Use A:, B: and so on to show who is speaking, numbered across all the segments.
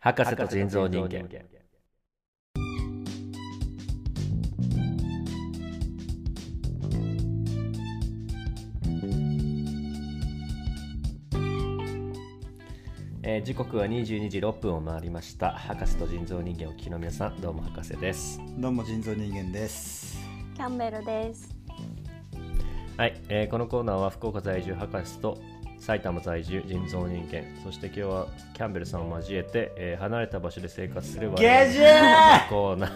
A: 博士と人造人間えー時刻は22時6分を回りました博士と人造人間をお聞きの皆さんどうも博士です
B: どうも人造人間 です。
C: キャンベルです。
A: はい、えーこのコーナーは福岡在住博士と埼玉在住人造人間そして今日はキャンベルさんを交えて、えー離れた場所で生活する我々の
B: ゲジュ
A: コーナ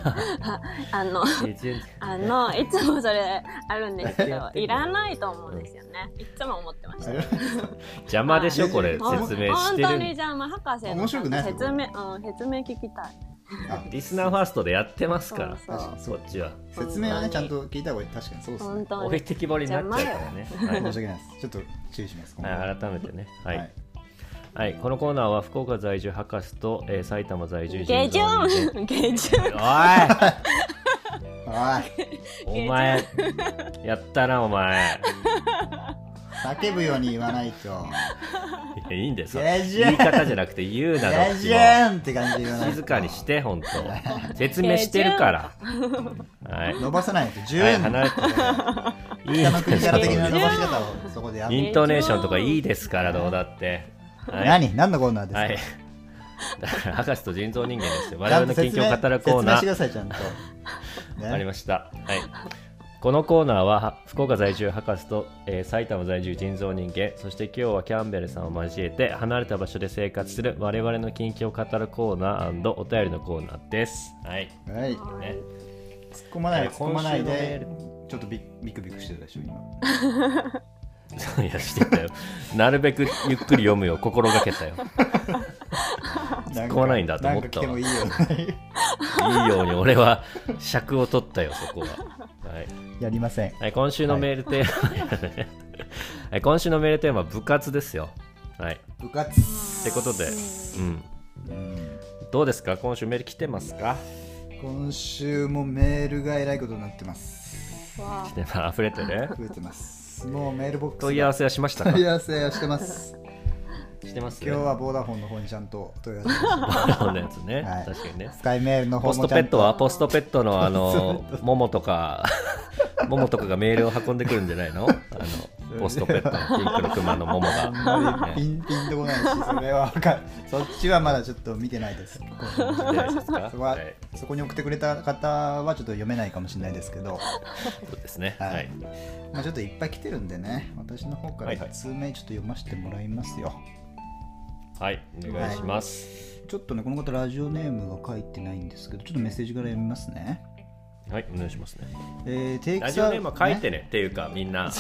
A: ー
C: あの、
A: 一日
C: あの、いつもそれあるんですけ
A: やって、
C: ど
A: んの
C: いらないと思うんですよね。いつも思ってました。
A: 邪魔でしょこれ
B: はい
A: 説明して
C: 本当に
A: る
C: じゃあ、まあ、博士
B: 面白くないです
C: 説
B: よ
C: 明、うん、説明聞きたい。
B: あ
A: リスナーファーストでやってますから
C: そうそう
B: そ
A: こ
B: う
A: っちは
B: 説明はねちゃんと聞いた方がいい確かにそうです
C: 本
B: ね。
C: 当
A: 置い
C: に。
A: てきぼりになっちゃうからね、は
B: 申し
A: い
B: 訳ないです。ちょっと注意します。今後
A: はい、改めてねは、
B: はい
A: はいこのコーナーは福岡在住博士と、えー埼玉在住人造
C: 下
A: 人間
C: 旬下旬
A: おい
B: はい。
A: お前やったなお前
B: 叫ぶように言わない と。
A: いやいいんですよ
B: ゲジュ
A: 言い方じゃなくて言うなど
B: や
A: っち
B: じ
A: も
B: ゃんって感じで言わないと。
A: 静かにして本当説明してるからはい、
B: 伸ばさないと十
A: はい、
B: 円。
A: 離れていい
B: 北の国から的な
A: です
B: 伸ばし方をそこでや
A: イ
B: る。
A: ントネーションとかいいですからどうだってはい、
B: 何何のコーナー
A: はい
B: で、
A: だから博士と人造人間ですよ
B: すか。
A: 我々の近況を語るコーナー
B: 説明してくださいちゃんと。
A: わかり
B: ね。
A: ました。はい。このコーナーは福岡在住博士と、えー埼玉在住人造人間そして今日はキャンベルさんを交えて離れた場所で生活する我々の近況を語るコーナーお便りのコーナーです。はい。
B: はい。突っ
A: ね、
B: 込まない
A: え
B: 突っ込まないで
A: 今週の。
B: ちょっとビクビクビクしてたでしょ今。
A: そういやしてたよ。なるべくゆっくり読むよう心がけたよ。
B: 突
A: 込まないんだと思った
B: なんか来て
A: わ
B: もいい
A: い
B: よ。
A: いように俺は尺を取ったよそこは。はい。
B: やりません。
A: はい、今週のメールテーマ、 はい、今週のメールテーマは部活ですよ。はい。
B: 部活。
A: ってことで、うん。
B: うん
A: どうですか今週メール来てますか
B: 今週もメールがえらいことになってます
C: わ
A: 来てまあ溢れてね。
B: 増えてますもうメールボックスが
A: 問い合わせはしましたか
B: 問い合わせをし てます
A: してます
B: 今日はボーダフォンの方にちゃんと問い合わせしまし
A: バロンのやつね、
B: はい
A: 確かにね
B: た。スカイメールの
A: ポ
B: 方
A: スト
B: もち
A: ペ
B: ゃ
A: ッ
B: んと
A: トはポストペットのあ の、モモとか、 モモとかがメールを運んでくるんじゃないのあの、ポストペットのピンクのクマのモモ
B: あ
A: が。
B: んまり
A: ね
B: ピンピンとこないしそれはわかるそっちはまだちょっと見てな いです
A: 来てないです か
B: そこは
A: はい。
B: そこに送ってくれた方はちょっと読めないかもしれないですけど、
A: そうですね。
B: はい
A: はい。
B: まあ、ちょっといっぱい来てるんでね私の方か
A: は
B: ら
A: いはい
B: 数名ちょっと読ませてもらいますよ、
A: はい、お願いします。
B: ちょっとねこの方ラジオネームが書いてないんですけどちょっとメッセージから読みますね
A: はい、お願いしますね。
B: えー、定期
A: ラジオネームは書いてねっていうかみん なあの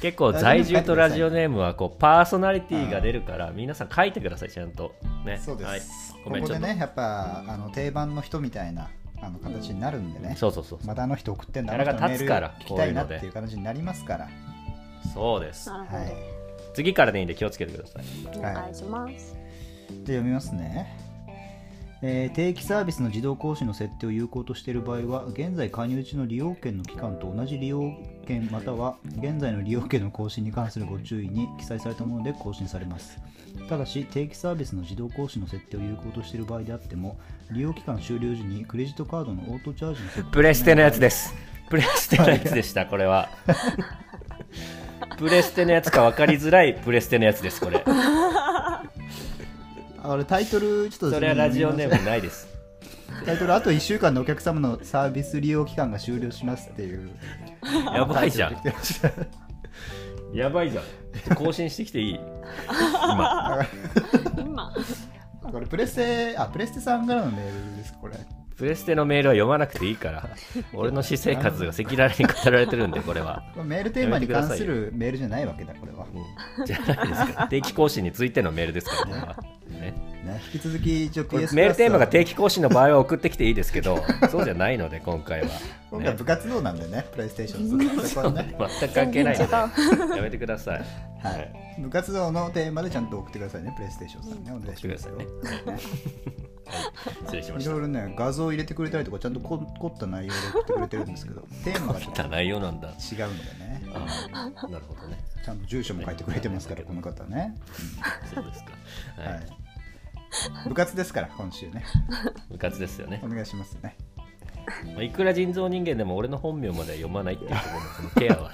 A: 結構在住とラジオネームはこうパーソナリティが出るから皆さん書いてくださいちゃんとね
B: そうです、
A: はい、ご
B: こ
A: めん
B: こ
A: ちょ
B: で
A: っと、
B: ねやっぱあの定番の人みたいなあの形になるんでね、
A: そうそうそう
B: またあの人送ってんだ
A: キャラが
B: あの
A: 立
B: 人
A: つ
B: の
A: から
B: メール聞きたいなっ
A: こういうので
B: ていう形になりますから
A: そうです
C: なるほど、
B: はい
A: 次からでいいんで気をつけてください
C: お願いします。
B: で読みますね、えー定期サービスの自動講師の設定を有効としている場合は現在加入中の利用権の期間と同じ利用権または現在の利用権の更新に関するご注意に記載されたもので更新されますただし定期サービスの自動講師の設定を有効としている場合であっても利用期間終了時にクレジットカードのオートチャージの設定
A: プレステのやつですプレステのやつで したこれはプレステのやつか分かりづらいプレステのやつですこれ
B: あれタイトルちょっと
A: それはラジオネームない です
B: タイトルあと1週間のお客様のサービス利用期間が終了しますっていう
A: やばいじゃん
B: タイトルできてました
A: やばいじゃん更新してきていい今
C: 今、
B: これプレステあプレステさんからのメールですかこれ
A: プレステのメールは読まなくていい から俺の私生活が赤裸々に語られてるんでこれは
B: メールテーマに関するメールじゃないわけだこれは、
A: うんじゃないです か定期更新についてのメールですからこれは、ね、
B: ね、引き続き一応 PS
A: これ
B: プラス
A: メー ルテーマが
B: は
A: 定期更新の場合は送ってきていいですけど そうじゃないので今回は、
B: 今回
A: ね
B: 部活動なんでねプレイステーションとかそこはね、
A: 全く関係ないのでやめてください
B: はい、部活動のテーマでちゃんと送ってくださいねプレイステーションさんねお願い
A: して
B: し
A: く
B: ま
A: だ
B: す
A: さい
B: よ
A: ねはい失礼しま
B: い
A: した
B: ろいろね画像を入れてくれたりとかちゃんとこ凝った内容で送ってくれてるんで すけどテーマがちょっと
A: 汚いよなんだ
B: 違うんでね
A: あーなるほど ね
B: ちゃんと住所も書いてくれてますからこの方ね
A: そうですか、
B: は
A: はい
B: い、部活ですから今週ね
A: 部活ですよね
B: お、願いしますね
A: まあいくら人造人間でも俺の本名までは読まないっていうところのそのケアは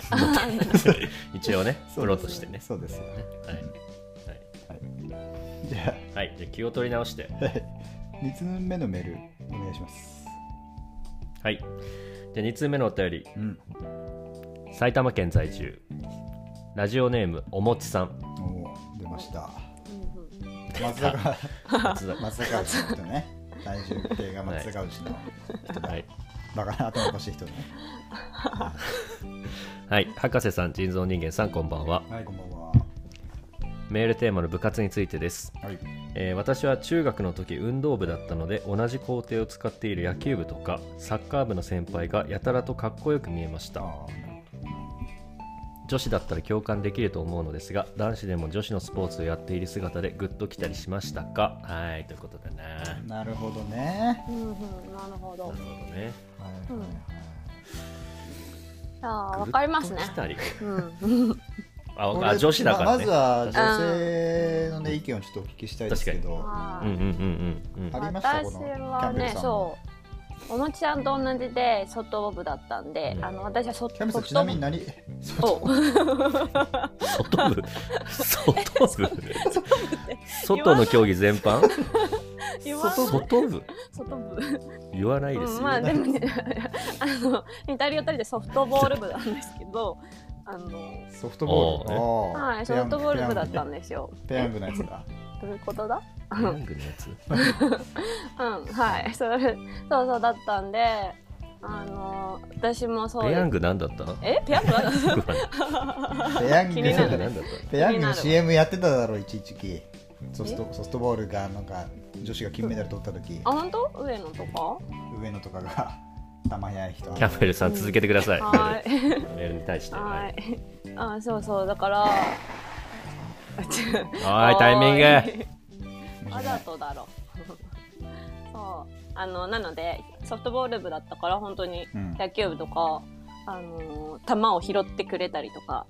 A: 一応ねプロとしてね
B: そうですよ
A: ねはいはい、は
B: じゃ
A: い、じゃあ気を取り直して
B: あ2つ目のメールお願いします
A: はいじゃあ2通目のお便り
B: うん
A: 埼玉県在住ラジオネームおもちさ ん
B: おお出ました
C: うんうん
B: 松坂
A: 松田
B: 松坂牛の人ね体重計が松坂牛の人だ、
A: はい、
B: バカな頭おかしい人ね
A: はい、博士さん人造人間さんこんばんは
B: はいこんばんは
A: メールテーマの部活についてです
B: はい
A: えー私は中学の時運動部だったので同じ校庭を使っている野球部とかサッカー部の先輩がやたらとかっこよく見えまし
B: あ
A: た女子だったら共感できると思うのですが男子でも女子のスポーツをやっている姿でグッときたりしましたかはいということだな
B: ーなるほどね
C: うんうんなるほど
A: なる。ほどね
B: はいはい
C: うん
B: はい
C: ああ、わかりますね
A: グッとき。たり
C: うん。
A: あ
B: これ
A: あ女子だからね、
B: まあまずは女性のね意見をちょっとお聞きしたいですけど
C: あ
A: うん
C: ー
A: うんうんうんうん
B: ありましたこ
C: 私
B: のキャ
C: は
B: ンベル
C: ね
B: さ、ん
C: そう。おもちさんと同じで、外部だったんで
A: う、ん
C: あの、私は
B: キャ
C: 外
B: ンベル
C: 部。
B: さんちなみに何
C: お
A: 外 部外部外の競技全般
C: 言わない
A: 外部
C: 外部。
A: 言わないです
C: う
A: よ、
C: ん、まあでもね あの似たり寄ったりでソフトボール部なんですけどあの、
B: ソフトボールあー
C: はい、ソフトボール部だったん
B: ペ
C: ですよ。
B: ヤングペヤングのやつだ
C: どういうことだ
A: ペヤングのやつ
C: うんはいそれそうそうだったんであの私もそう
A: ペヤングなんだった
C: えペヤングだ
B: ペヤング
C: 気
A: ペ
C: に
A: ヤン
C: な
A: グ
C: る
A: なんだっ
B: ペヤングの
C: 気になる
B: CM やってただろ一時期ソフトソフトボールがなんか女子が金メダル取った時
C: あ本当上野とか
B: 上野とかが玉やい人
A: たキャンベルさん続けてください、
C: はい
A: メールメールに対して
C: は
A: はい
C: あそうそうだからあ違う
A: はいタイミング
C: グ わざとだろ そうあのなのでソフトボール部だったから本当に
B: うん
C: 野球部とか、あのー球を拾ってくれたりとか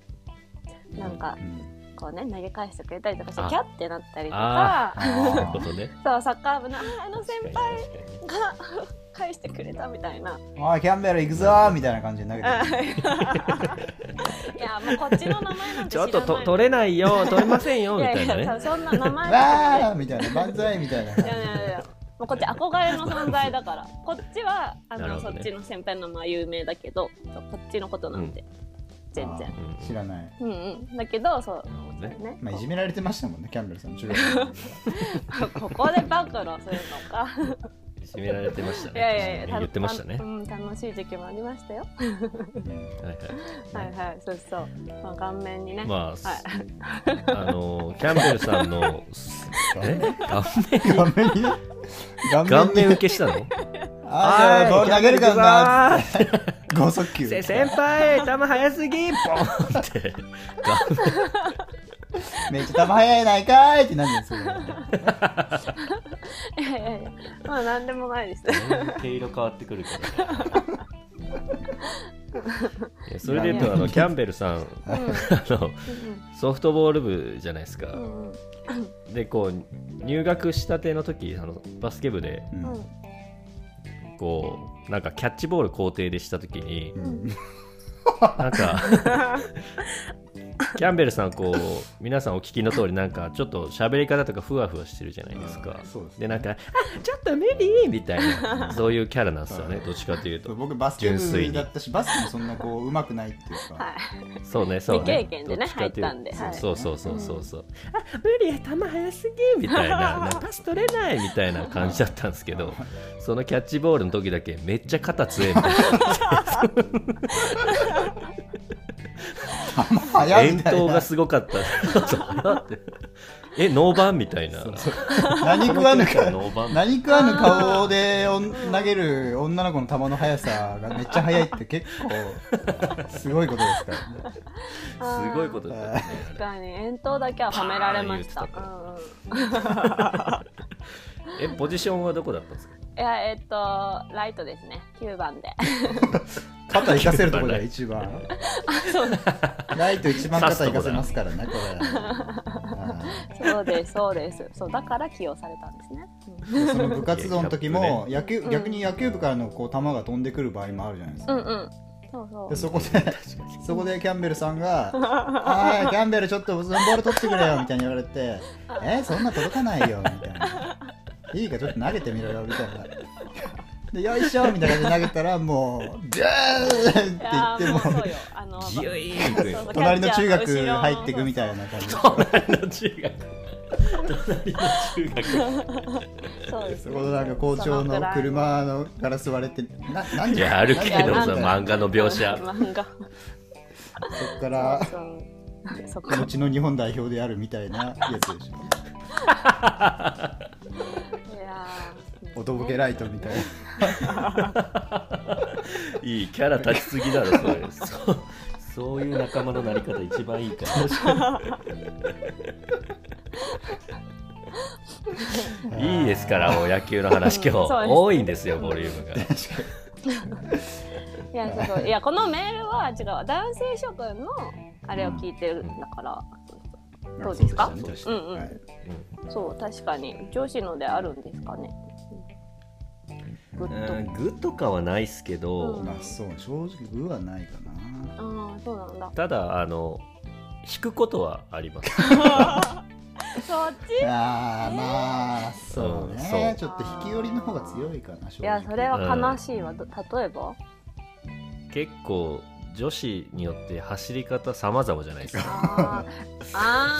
C: なんか
B: うん
C: こうね投げ返してくれたりとかして
A: あ
C: キャッてなったりと
A: あ
C: か
A: そういう
B: あ
A: ことね
C: そうサッカー部のあーあの先
A: 確か
C: 輩
A: に確かに
C: が返してくれたみたいな。
B: ーおいキャンベル行くぞーみたいな感じで投げてる
C: いやもうこっちの名前なんて知
A: ち
C: ら
A: ょ
C: ない
A: っとと取れないよ取れませんよみたいない
C: やいや
A: ね
C: そんな名前なんて
B: わーみたいな万歳みたいな感
C: いやいやいやもうこっち憧れの存在だからこっちはあ
A: なる
C: の、
A: ほ
C: そ
A: ど
C: っ
A: ね
C: ちの先輩の名前有名だけどそうこっちのことなんて、全然
B: あー知らない
C: うんうんだけどそう
A: なるほどね
C: ね、
B: まあいじめられてましたもんねキャンベルさん 中学
C: こ こで暴露するの か
A: いじめられてました
C: い
A: ね
C: やいやいや
A: 言ってましたね
C: たうん、楽しい時期もありましたよ
B: うん
A: はいは
C: はいはいそうそう、まあ、顔面にね、
A: いまあ、
C: はい
A: あのキャンベルさん のえ顔面
B: 顔面にね顔
A: 顔面受
B: け
A: けしたの
B: あーボール投げるからな
A: はい
B: 剛速球
A: せ先輩球早すぎポンって
B: めっちゃ球速いやないかーいってなんですよ
C: いやいやいやまあなんでもない です
A: 毛色変わってくるからねいやそれで言うとあのキャンベルさん
C: うんうん
A: あのソフトボール部じゃないですか、
C: うん
A: でこう入学したての時あのバスケ部で
C: うん
A: こうなんかキャッチボール校庭でした時に
B: うんうん
A: なんか キャンベルさんこう皆さんお聞きの通りなんかちょっと喋り方とかふわふわしてるじゃないですか
B: うんそうです
A: で
B: ね
A: なんかあ「ちょっと無理!」みたい なそういうキャラなんですよねどっちかという
B: そ
A: と
B: う僕バスケ
A: 純粋
B: 部
A: に
B: だったしバスケもそんなこううまくないっていうか、
C: はい
A: そうねそうね
C: 未経験でね
A: どっちかというと
C: 入ったんではい
A: そうそうそうそうそうあ無理球早すぎみたいな なんかパス取れないみたいな感じだったんですけどそのキャッチボールの時だけめっちゃ肩強いみたい
B: あんま
A: な
B: 速い
A: 遠
B: みたい
A: 投が
B: な
A: すごかった そうだってえノーバンみたいな
B: 何食わぬか
A: ノーバン
B: 何食わぬ顔でおん投げる女の子の球の速さがめっちゃ速いって結構すごいことですからね
A: すごいことだったよねあれ
C: 確かに遠投だけは褒められました。
A: パ
C: うんうん
A: えポジションはどこだったんですか
C: いやえっとライトですね9番で
B: 肩生かせるところ が一番
C: そうだ
B: ライト一番肩生かせますからねこれ
C: そうですそうですそうだから起用されたんですね、うん
B: その部活動の時
A: いやキ ャッ
B: も野球
C: うん
B: 逆に野球部からのこう球が飛んでくる場合もあるじゃないです
C: う
B: か、
C: んうんそうそ
B: で
C: う
B: そこでそこでキャンベルさん が「あーキャンベルちょっとそのボール取ってくれよ」みたいに言われ て「えそんな届かないよ」みたいな「いいからちょっと投げてみろよ」みたいな。でよいしょみたいな感じで投げたらもう「ギュー!」って
C: いやー
B: 言
C: も
B: っ
C: う
B: ても
C: そうよあの
A: ギュイーンって
C: そう
B: 隣の中学入ってくみたいな感じ
A: 隣の中学隣の中学
C: そうです
B: そ
C: ね
B: このなんか校長の車のガラス割れてな何
A: い
B: 時
A: やあるけ
B: 何時
A: どさ
B: みたいな
A: 漫画の描写
C: 漫画
B: そっから
C: そうそうそこ
B: 後の日本代表であるみたいなやつでしょ
C: いやー
B: おとぼけライトみたいない
A: いキャラ立ちすぎだろそれ そうそういう仲間のなり方一番いいから いいです からもう野球の話今
C: う
A: 日
C: ん そうです
A: 多いんですよボリュームが
C: いやそうそういやこのメールは違う男性諸君のあれを聞いてるんだから、どうですか
A: そうです
C: う
A: ね
C: んうん、
B: はい
C: そう確かに女子のであるんですかねグ
A: う
C: ッド
A: んグとかはないっすけど、
C: うん
B: まあそう正直具はないかな
C: ああそうなんだ
A: ただあの引くことはあり ます
C: そっち
B: あーまあそう
A: うん
B: ね
A: そう
B: ちょっと引き寄りの方が強いかな正直
C: いやそれは悲しいわ、ど例えば
A: 結構女子によって走り方様々じゃないですか
C: あーあーなる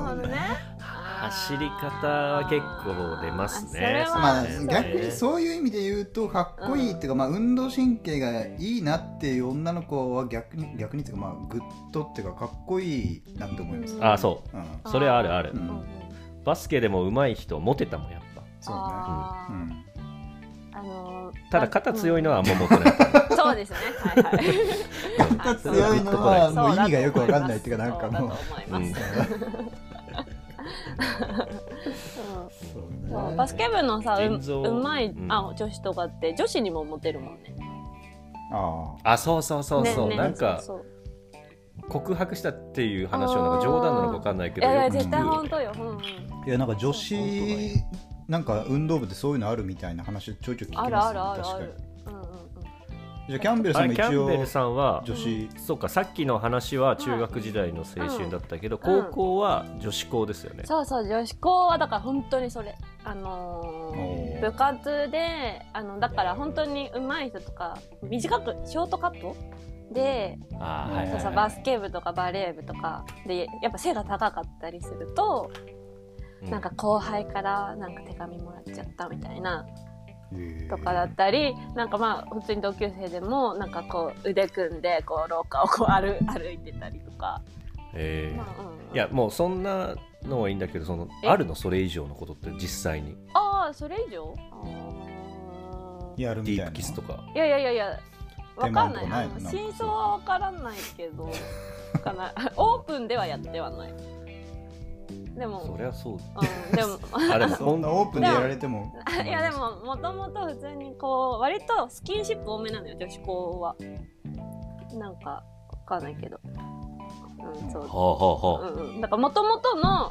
C: ほ
B: そう
C: ど
B: ね
C: ねあー
A: 走り方は結構出ますね
C: それは
B: まあ
C: そうね
B: 逆にそういう意味で言うとかっこいいっていうか、まあ、運動神経がいいなっていう女の子は逆に逆にっていうかまあグッドっていうかかっこいいなって思います、
A: あそう
B: うん
A: それあるある
B: う
C: うんんうん
A: バスケでも上手い人モテたもんやっぱ
B: そうね
C: あー
B: うん
C: あのー
A: ただ肩強いの
C: は、
A: はあんまモテないから
C: うんそう ですねはいはい
B: 肩 強いのはもう意味がよくわかんないっていうかなんかもう
A: う
C: うんん
B: そう
C: そう
B: ね
C: バスケ部のさう
A: 腎臓
C: うまい、
A: うん
C: あ女子とかって女子にもモテるもんね
B: ああ
A: あそうそうそうそう、
C: ねね
A: なんか
C: そう
A: 告白したっていう話をなんか冗談なのかわかんない
C: い
A: けど
C: やいや
A: よく
C: 絶対
A: 聞
C: 本
A: く
C: 当よ、うんうん、
B: いやなんか女
C: そう
B: 子なんか運動部でそういうのあるみたいな話ちょいちょい聞きます
C: あ
B: ね
C: るあるあるあ
B: 確
C: る
B: か
C: うんうんうん
B: にじゃあキャンベルさ
A: あ
B: んも
A: れキ
B: 一
A: ャンベ
B: 応
A: ルさんは
B: 女子
A: そうかさっきの話は中学時代の青春だったけど、
C: うん
A: 高校は女子校ですよね、
C: そうそう女子校はだから本当にそれあのー
B: お
C: 部活であのだから本当に上手い人とか短くショートカットで
A: あーはいはい
C: そう
A: は
C: そう
A: い
C: バスケ部とかバレー部とかでやっぱ背が高かったりすると、
A: うん
C: なんか後輩からなんか手紙もらっちゃったみたいな
B: ー
C: とかだったり、なんかまあ普通に同級生でもなんかこう腕組んでこう廊下をこう歩歩いてたりとか、
A: えー
C: まあうんうん
A: いやもうそんなのはいいんだけどその
C: え
A: あるのそれ以上のことって実際に
C: ああそれ以上あー
B: やる
A: デ
B: み
A: ィ
B: たい
A: ー
B: な
A: プキスとか
C: いやいやいやいやわかんない
B: 手間とかない
C: あの
B: なんか
C: 真相はわからないけどわかんないオープンではやってはないで
A: そ
C: も、
A: りゃそう
C: うん、でも
A: あれも
B: そんなオープンでやられても
C: いやでももともと普通にこう割とスキンシップ多めなのよ女子校はなんかわかんないけどうんそう
A: はあはあは
C: うんうん、だからもともとの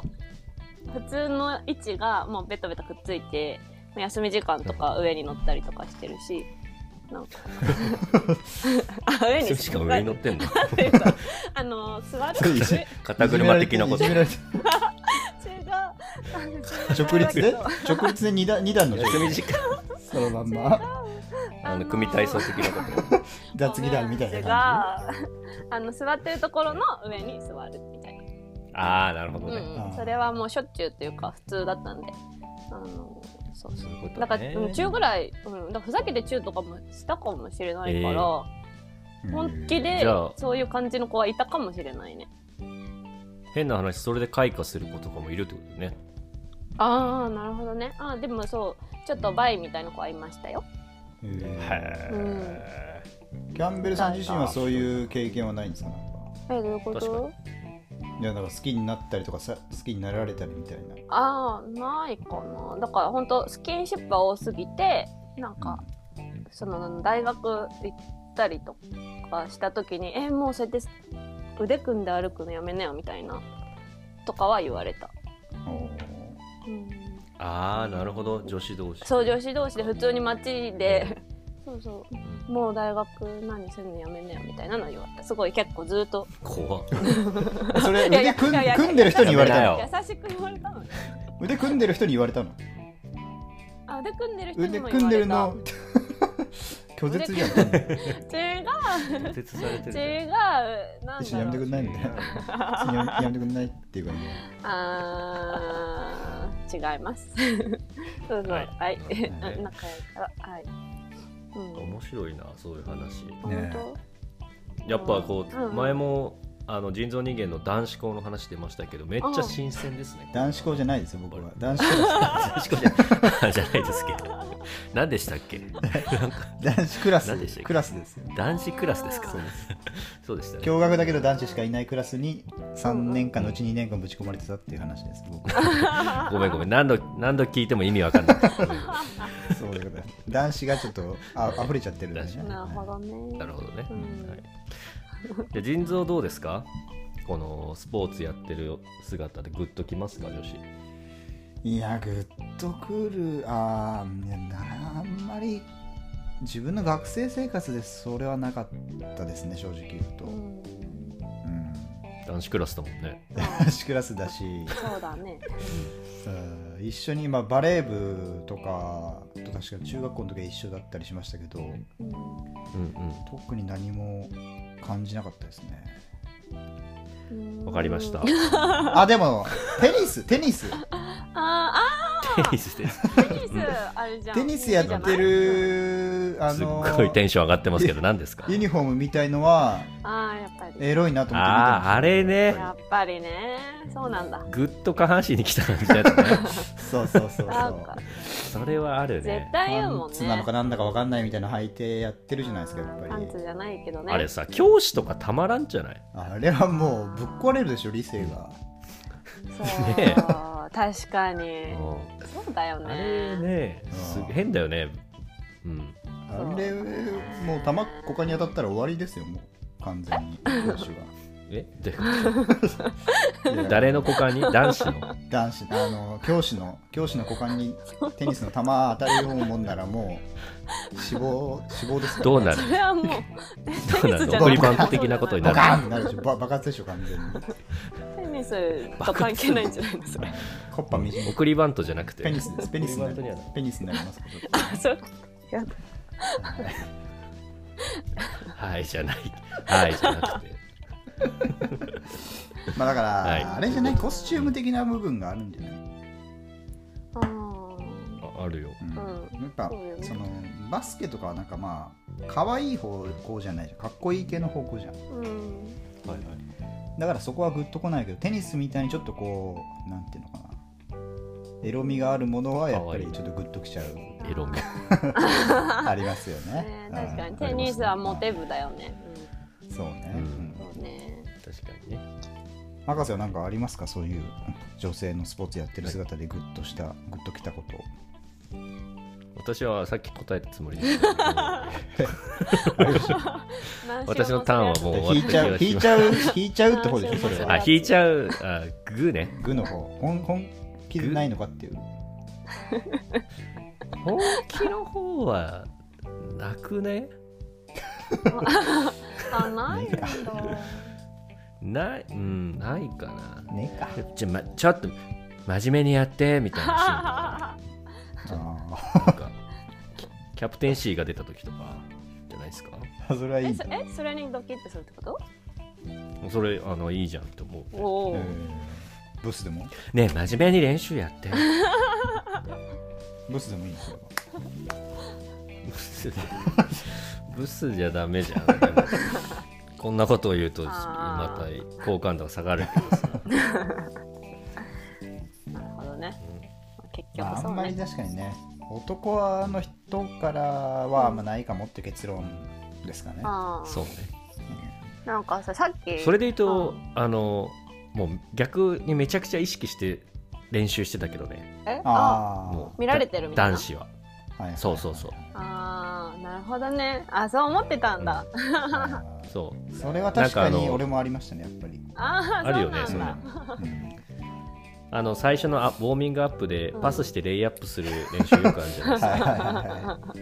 C: 普通の位置がもうベタベタくっついて休み時間とか上に乗ったりとかしてるしなん かあ上
A: あ
C: に
A: しかも上に乗ってんの
C: あの座る
B: そうい
C: 上
B: う
A: 肩車的なこと
B: いじめられて
C: 中があの中が
B: 直立で
C: だ
B: 直立で二段二段の状
A: 休み
B: 態
A: 時間
B: そのまんま
C: けど
A: あの組体操的なこと
B: 雑技団みたいな感
C: があの座ってるところの上に座るみたいな、
A: ああなるほど
C: う
A: ね、
C: んうん、それはもうしょっちゅうというか普通だったんであのそうそう
A: そういうこと
C: だから、
A: ね
C: うん中ぐらい、うん、だからふざけて中とかもしたかもしれないから、
A: えー
B: じ
C: 本気で
A: じゃあ
C: そういう感じの子はいたかもしれないね。
A: 変な話それで開花する子とかもいるってことね
C: ああ、なるほどね。あーでもそう、ちょっとバイみたいな子はいましたよ。
B: へー
A: へ
C: え
B: キャンベルさん自身はそういう経験はないんですかなんか
C: え、どういうこ
A: 確か
C: と
B: いやなんか好きになったりとかさ好きになられたりみたいな
C: ああ、ないかな。だから本当スキンシップは多すぎて、なんか、その大学行ったりとかした時に、え、もうそうやって腕組んで歩くのやめなよみたいな、とかは言われた。うん
A: ああなるほど女子同士
C: そう女子同士で普通に街で そうそ
A: うん
C: うもう大学何するのやめんなよみたいなの言われたすごい結構ずっと
A: 怖っ
B: それ
C: いやい
B: 腕
C: や
B: 組ん
C: いやいや
B: 組んでる人に言われた
A: やめな
B: の
A: よ
C: 優しく言われたのね
B: 腕組んでる人に言われたの
C: あ腕組んでる人に
B: 腕
C: も
B: 組
C: 言
B: ん
C: わ
B: で
C: れ
B: る
C: た
B: の 拒絶じゃん
C: 違う
A: 拒絶されてるじゃん
C: 違うなん
B: 一緒にやめて
C: だろ
B: く
C: うん
B: ないみたい な一緒にやめやめてくんないっていうかね
C: あー違います。そうそう、
A: は
C: はいい、
B: はい
C: うん仲良いから、はい。 うん、
A: 面白いなそういう話
B: ね
C: 本
A: やっぱこう、
C: うんうん
A: 前もあの人造人間の男子校の話出ましたけどめっちゃ新鮮ですね
B: 男子校じゃ
A: ない
B: ないですよ僕は男子校
A: 男子校じゃ じゃないですけど何でしたっけ
B: 男子クラ
A: 何でしたっ
B: ス
A: け
B: クラスですよ
A: 男子クラスですか
C: そうで
A: そうでしたね
B: 共学だけど男子しかいないクラスに3年間のうち2年間ぶち込まれてたっていう話です僕は
A: ごめんごめん何度何度聞いても意味わかんない
B: そういうことです男子がちょっとあ溢れちゃってるんでね
C: 当。なるほどね。
A: なるほどね、
C: うん
A: はい、じゃあ腎臓どうですかこのスポーツやってる姿でグッときますか女子
B: いやグッとくるあーねなあんまり自分の学生生活でそれはなかったですね正直言うと、
C: う
B: うん
C: ん、
A: 男子クラスだもんね
B: 男子クラスだし
C: そうだね。
B: うん一緒に、まあ、バレー部とかと確か中学校の時は一緒だったりしましたけど
C: うん
A: うん
B: 特に何も感じなかったですね
A: うんわかりました
C: あ
A: テ
B: あでもテニステニス
C: あ
A: ニス です
C: ー、あー、テニス、あれじゃん。
B: テニスやってるあ
A: すっ
B: の
A: ごいテンション上がってますけど何ですか
B: ユニフォームみたいのは
C: ああ、やっぱり。
B: エロいなと思って見てま
A: あ
B: し
A: ああれね
C: やっぱりね、そうなんだ。
A: グッと下半身に来た感じだったね
B: たそうそうそうそ
C: なん
B: う
C: か、
A: それはあるね
C: 絶対言う
B: パ
C: も
B: ン
C: ん
B: ツなの
C: ね
B: か。なんだかわかんないみたいなの履いてやってるじゃないですかやっぱ
C: パ
B: り
C: ンツじゃないけどね。
A: あれさ教師とかたまらんじゃない
B: あれはもうぶっ壊れるでしょ理性が
C: そう、
A: ね
C: 確 かに。
A: うん
C: そうだよ
A: あれ
C: ね。
A: ねす
B: うん
A: 変だよねうん
B: あれもう玉股間に当たったら終わりですよもう完全に教師は
A: えどういうこ
B: いや
A: と誰の股間に男子の
B: 男子あの教師の教師の股間にテニスの球当たるようもんならもう死亡死亡です
A: どう なる
C: それはもう、
A: どうなるの送りバント的なことに
B: ボ
A: なる
B: カーンってなるでしょば爆発でしょ完全に
C: テニスと関係ないんじゃないのそれ。
B: コッパみじん
A: 送りバントじゃなくて
B: ペニスですペニスにな
A: 送りバント
B: り
A: にはなる
B: ペニスになりますけど
C: あ、そう。やだ
A: はいじゃないはいじゃなくて
B: まあだから、
A: はい
B: あれじゃないコスチューム的な部分があるんじゃない、
C: あー
A: ああるよ
B: うん
C: う
B: やっぱ
C: そうよね
B: そのバスケとかはなんかまあ可愛い方向じゃないじゃんかっこいい系の方向じゃん
C: うん。
A: はいはい
B: だからそこはグッとこないけどテニスみたいにちょっとこうなんていうのかなエロみがあるものはやっぱり
A: 可愛い
B: ちょっとグッとき ちゃう
A: エロみ
B: ありますよね
C: ね
B: うん
C: 確かにテニスはモテ部だよね。
B: そうね、
A: うん
B: うん
C: うん、そうね。
A: 確かにね
B: 博士は何かありますかそういう女性のスポーツやってる姿でグッとしたグッときたこと
A: 私はさっき答えたつ もりですけど私のターンはもう終わ
B: 引
A: っ
B: い
A: た
B: ちゃう
A: 気
B: 引い
A: がし
B: ちゃう引いちゃうって方 でしょそれ
A: ま
B: は
A: すあ引いちゃうあグーね
B: グの方本本気でないのかっていう
A: 本気の方はなくね
C: あ、ないんだ。
A: ないうんないかな
B: ねえか
A: ちょ,、ま、ちょっと真面目にやって みたいなシーンとか
B: あ
A: なん かキキャプテンシーが出た時とかじゃないですか
B: あそれはいい
C: え、
B: ね
C: そえそれにドキッとするってこと
A: それあのいいじゃんと思う
C: おお、
B: うんブスでも
A: ねえ真面目に練習やって
B: ブスでもいいですよ
A: ブスブスじゃダメじゃんでもこんなことを言うとま
C: あ
A: た好感度が下がるけどさ
C: なるほどね。まあ結
B: ま
C: 局
B: あ、あ
C: そ
B: ん
C: う
B: まり
C: ね。
B: 確かにね男はの人からはあんまないかもっていう結論ですかね
C: あ
A: そうね
C: うなんかささっき
A: それで言うとあのもう逆にめちゃくちゃ意識して練習してたけどね
C: えあ
B: あ
A: もう
C: 見られてるみたいな
A: 男子は
B: あ、はい
A: そうそうそう
C: あーなるほどねあそう思ってたんだ、
B: あー
A: そう
B: それは確か
A: なんかあ
B: に
A: の
B: 俺もありましたねやっぱり
C: ああ
A: あるよね
C: そうなんだ
A: そんな
B: うん
A: あの最初のあウォーミングアップで
C: うん
A: パスしてレイアップする練習よくあるじゃないです
B: はいはいはいは
A: か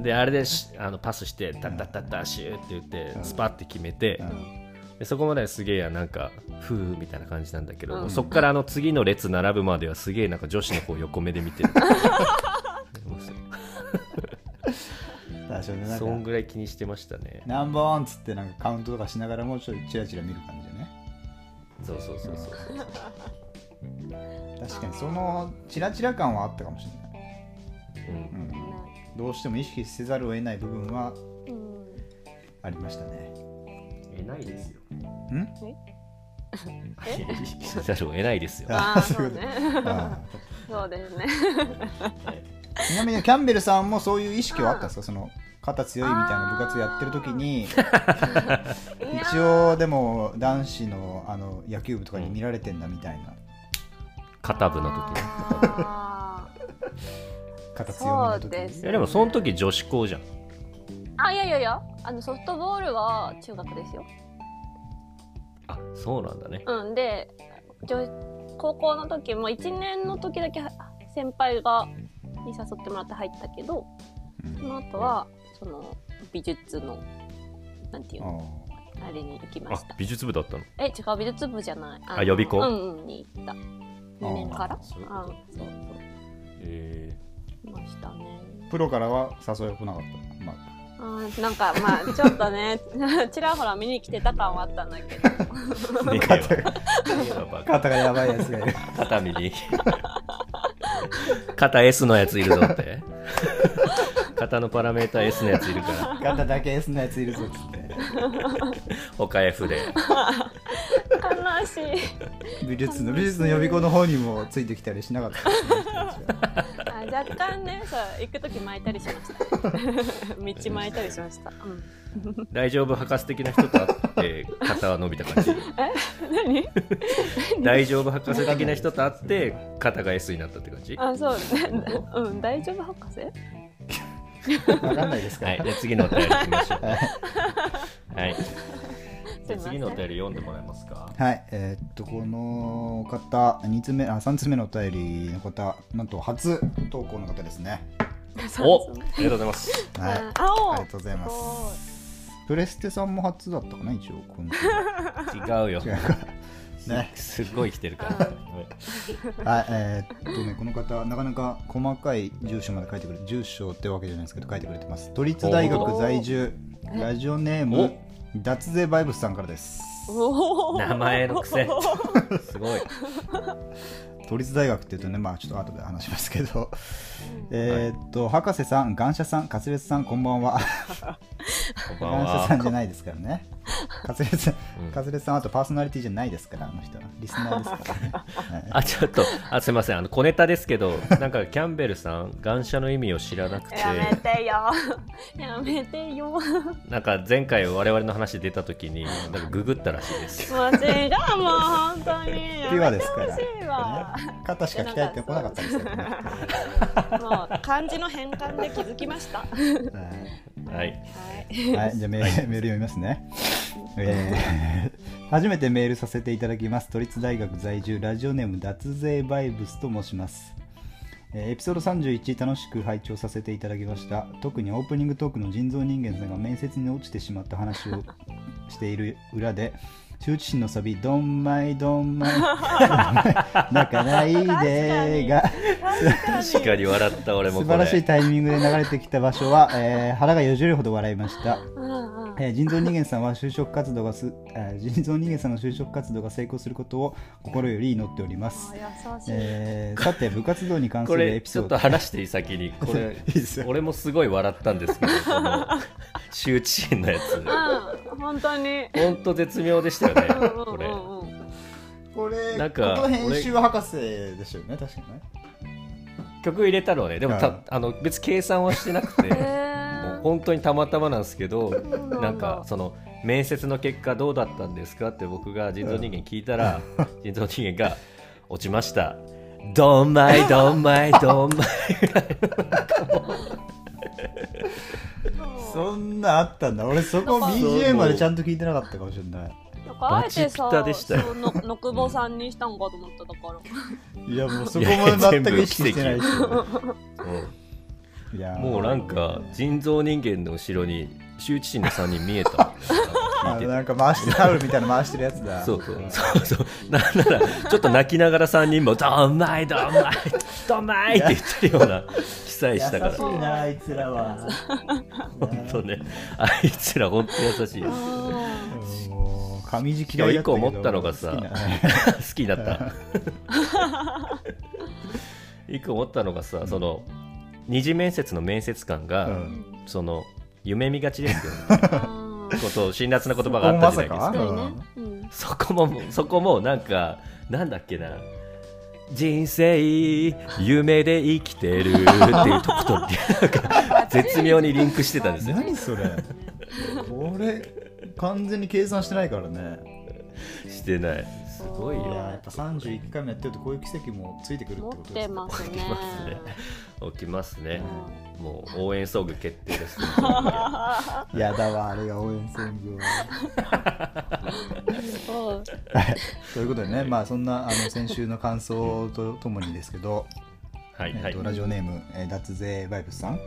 A: であれでしあのパスしてタッタッタッタシューって言っ
B: う
A: て
B: ん
A: スパッて決めて
B: い、うん
A: でそこまではすげえやなんかふうみたいな感じなんだけど、
C: うん
A: そっからあの次の列並ぶまではすげえなんか女子の子を横目で見 てるもうそ
B: 確かになん
A: そん
B: か
A: ぐらい気にしてましたね
B: 何本っつってなんかカウントとかしながらもちょっとチラチラ見る感じだね
A: そうそうそうそう
B: 確かにそのチラチラ感はあったかもしれない、
A: うん
B: うんどうしても意識せざるを得ない部分は
C: うん
B: ありましたね
A: えないですよ
B: ん
C: え
A: 意識せざるを得ないですよ
B: あ
C: ああそうね
B: あ
C: そうですね
B: あ ちなみにキャンベルさんもそういう意識はあったんですかその肩強いみたいな部活やってる時に
C: いや
B: 一応でも男子のあの野球部とかに見られてんだみたいな
A: 肩部の時ね
C: あー
B: 肩強いの時
C: そうで
B: に
C: す
A: いやでもその時女子校じゃん
C: あいやいやいやあのソフトボールは中学ですよ
A: あそうなんだね
C: うんで女高校の時も1年の時だけは先輩がに誘ってもらって入ったけどその後はその美術のなんていうの
B: あ
C: あれに行きま
A: あ
C: した
A: 美術部だったの
C: え違う美術部じゃないあの
A: あ予備校
C: うんうんに行った2年から
A: そういうこ
C: あ
A: と
C: そうそう
A: え
C: いましたね
B: ープロからは誘いは来なかった、まあ、
C: あーなんかまあち ょっとねちらほら見に来てた感はあったんだけど
A: ー、ね
B: 肩
A: えよやばい
B: 肩がやばいやつがいる
A: 肩見に肩 S のやついるぞって肩のパラメータ S のやついるから
B: 肩だけ S のやついるぞっつっ
A: 他 F で
C: 悲しい
B: て美術の美術の予備校の方にもついてきたりしなかったですね人たちは
C: あ若干ねそう行く時巻いたりしました 道巻いたりしました、うん、
A: 大丈夫博士的な人と会って肩は伸びた感じ
C: 何
A: 大丈夫博士的な人と会って肩が S になったって感じは
C: あそうねうん大丈夫博士
B: わかんないですから、
A: いじゃあ次のお便り行きましょ
B: はいう
A: はい
C: す
A: じゃあ
C: いません
A: 次のお便り読んでもらえますか
B: はい、えーっと、この方、二つ目、あ、三つ目のお便りの方、なんと初投稿の方ですね。
A: おありがとうございます
B: はい、あ
C: あ青
B: りがとうございます。プレステさんも初だったかな、一応、今
A: 違うよ
B: 週。違うか。ね、
A: すっごい来てるから
B: はい、えーっとね、この方、なかなか細かい住所まで書いてくれる、住所ってわけじゃないですけど、書いてくれてます。都立大学在住、
C: お
B: ラジオネーム、脱税バイブスさんからです。
C: おお
A: 名前の癖 すごい
B: 都立大学っていうとね、まあ、ちょっと後で話しますけど、 えーっと、博士さん、願者さん、カツレツさん、こんばんは。
A: こんばん
B: ダンサーさん
A: は
B: じゃないですから ね。カズレさん、
A: うん
B: カズレさんはあとパーソナリティじゃないですから、あの人は。リスナーですからね。はい
A: あちょっとあすいませんあの小ネタですけどなんかキャンベルさん願者の意味を知らなくて
C: やめてよやめてよ
A: なんか前回我々の話出た時になんかググったらしいです
C: もう違うもう本当にや
B: ピュア
C: め
B: で
C: て
B: すから
C: ほしいわ
B: ね肩しか鍛えてこなかったです からね。
C: もう漢字の変換で気づきま したは
A: はい
C: い
B: はい、じ ゃあメールメール読みますね。えー 初めてメールさせていただきます。都立大学在住、ラジオネーム脱税バイブスと申します。えーエピソード31楽しく拝聴させていただきました特にオープニングトークの人造人間さんが面接に落ちてしまった話をしている裏で羞恥心のサビ「どんまいどんまい泣かないで」が
A: しっかり笑った俺も
B: 素
A: こ
B: 晴
A: れ
B: らしいタイミングで流れてきた場所は、えー腹がよじれるほど笑いました
C: うんうん
B: えー人造人間さんは就職活動がす、 えー人造人間さんの就職活動が成功することを心より祈っております。
C: あ優しい、
B: えーさて部活動に関す
A: こ
B: るエ
A: れ
B: ピ
A: ち
B: ソ
A: ょっ
B: ード
A: と。話していい先にこ れ
B: いいですよ
A: 俺もすごい笑ったんですけどこの羞恥心のやつ
C: うん本当に
A: ほんと絶妙でしたよねこれ
C: うんうんうんうん
B: これ
A: なんかこの編集
B: は博士でしたよね確かにね。
A: 曲入れたのはねでも
B: う
A: た
B: ん
A: あの別に計算はしてなく て
C: へー
A: 本当にたまたまなんですけど
C: そうだ
A: なんかその面接の結果どうだったんですかって僕が人造人間聞いたら人造人間が落ちましたどんまいどんまいどんまい
B: そんなあったんだ。俺そこ
C: そう
B: BGM までちゃんと聞いてなかったかもしれない。
C: だなんかあえて
A: バチピ
C: さ
A: タでしたよ
C: そうののくぼさんにしたんかと思っただから
B: いやもうそ
A: い
B: こ
A: や
B: も全く意識
A: 全
B: してない
A: 部
B: し
A: 奇跡うん
B: いやー
A: もうなんか人造人間の後ろに羞恥心の3人見え た
B: あ
A: 聞いて
B: なんか回してタオルみたいなの回してるやつだ
A: そうそう
B: うん
A: そうそうなんならちょっと泣きながら3人も「どんまいどんまいどんまい」って言ってるような記載したから
B: 優しいなあいつらは
A: 本当ねあいつら本当に優しいよ
B: もう上地嫌いだ
A: 一
B: ったけど
A: 個思ったのがさ
B: 好きな
A: 好きになった一個思ったのがさその二次面接の面接官
B: う
A: が、
B: ん
A: その夢見がちですよ
C: あー
A: こと辛辣な言葉があったじゃないです
B: そこも
A: か
B: まさか
C: そうね、うん、
A: そこも、そこもなんか、なんだっけな。人生、夢で生きてるっていうとこと、なんか、絶妙にリンクしてたんですよ。
B: 何それこれ完全に計算してないからね
A: してない。すごい
B: いや
A: よ。
B: ーやっぱ31回もやってるとこういう奇跡もついてくるって
C: 持
B: こ
C: っ
B: とで
C: て
B: すか
C: ますね
A: 起きますね。起きますね。もう、応援ソング決定です、ね。
B: やだわあれが応援ソングを
C: すごい
B: ということでね、まあ、そんなあの先週の感想とともにですけど、
A: はい、は
B: えっ
A: い
B: と。ラジオネーム、えー脱税バイブスさん、
C: はい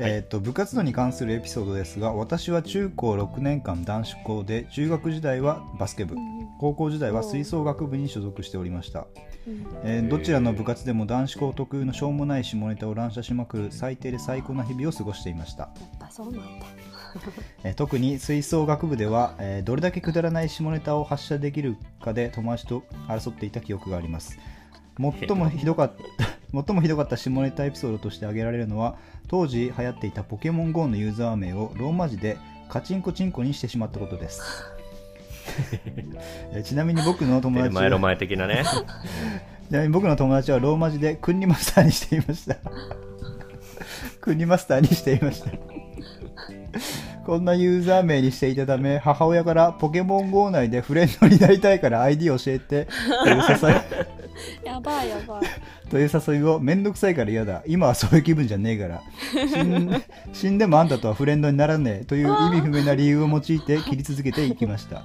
B: えっと部活動に関するエピソードですが私は中高6年間男子校で中学時代はバスケ部高校時代は吹奏楽部に所属しておりました、
C: うん
B: えーどちらの部活でも男子校特有のしょうもない下ネタを乱射しまくる最低で最高な日々を過ごしていました
C: やっぱそうなんだ。
B: えー特に吹奏楽部では、えーどれだけくだらない下ネタを発射できるかで友達と争っていた記憶があります最もひどかった 最もひどかった下ネタエピソードとして挙げられるのは当時流行っていたポケモン GO のユーザー名をローマ字でカチンコチンコにしてしまったことですえーちなみに僕の友
A: テル
B: 達
A: マエロ
B: は
A: マエ的なね。
B: ちなみに僕の友達はローマ字でクンニマスターにしていましたクンニマスターにしていましたこんなユーザー名にしていたため母親からポケモン GO 内でフレンドになりたいから ID 教えてという誘い
C: やばいやばい。
B: という誘いを面倒くさいから嫌だ今はそういう気分じゃねえから死ん 死んでもあんたとはフレンドにならねえという意味不明な理由を用いて切り続けていきました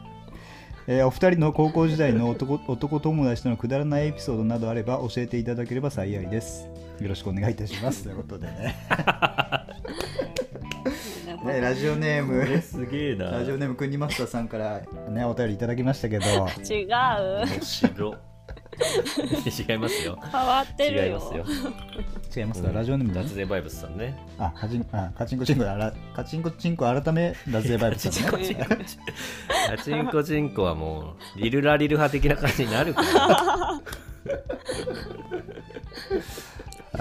B: えーお二人の高校時代の男男友達とのくだらないエピソードなどあれば教えていただければ幸いです。よろしくお願いいたします。ということでね。ねラジオネー
A: これ
B: ム、
A: すげえな。
B: ラジオネームくんにマスターさんからね、お便りいただきましたけど、
C: 違う。
A: 面白。違いますよ。
C: 変わって
A: 違
C: る
A: いま
C: よ
A: す。よ。
B: 違いますか、ラジオネームだ
A: 脱税バイブスさんね。
B: あ、カチンあカチンコチンコだあら、カチンコチンコ改め、ラズエバイブさんね。
A: パチンコチンコはもうリルラリル派的な感じになるから、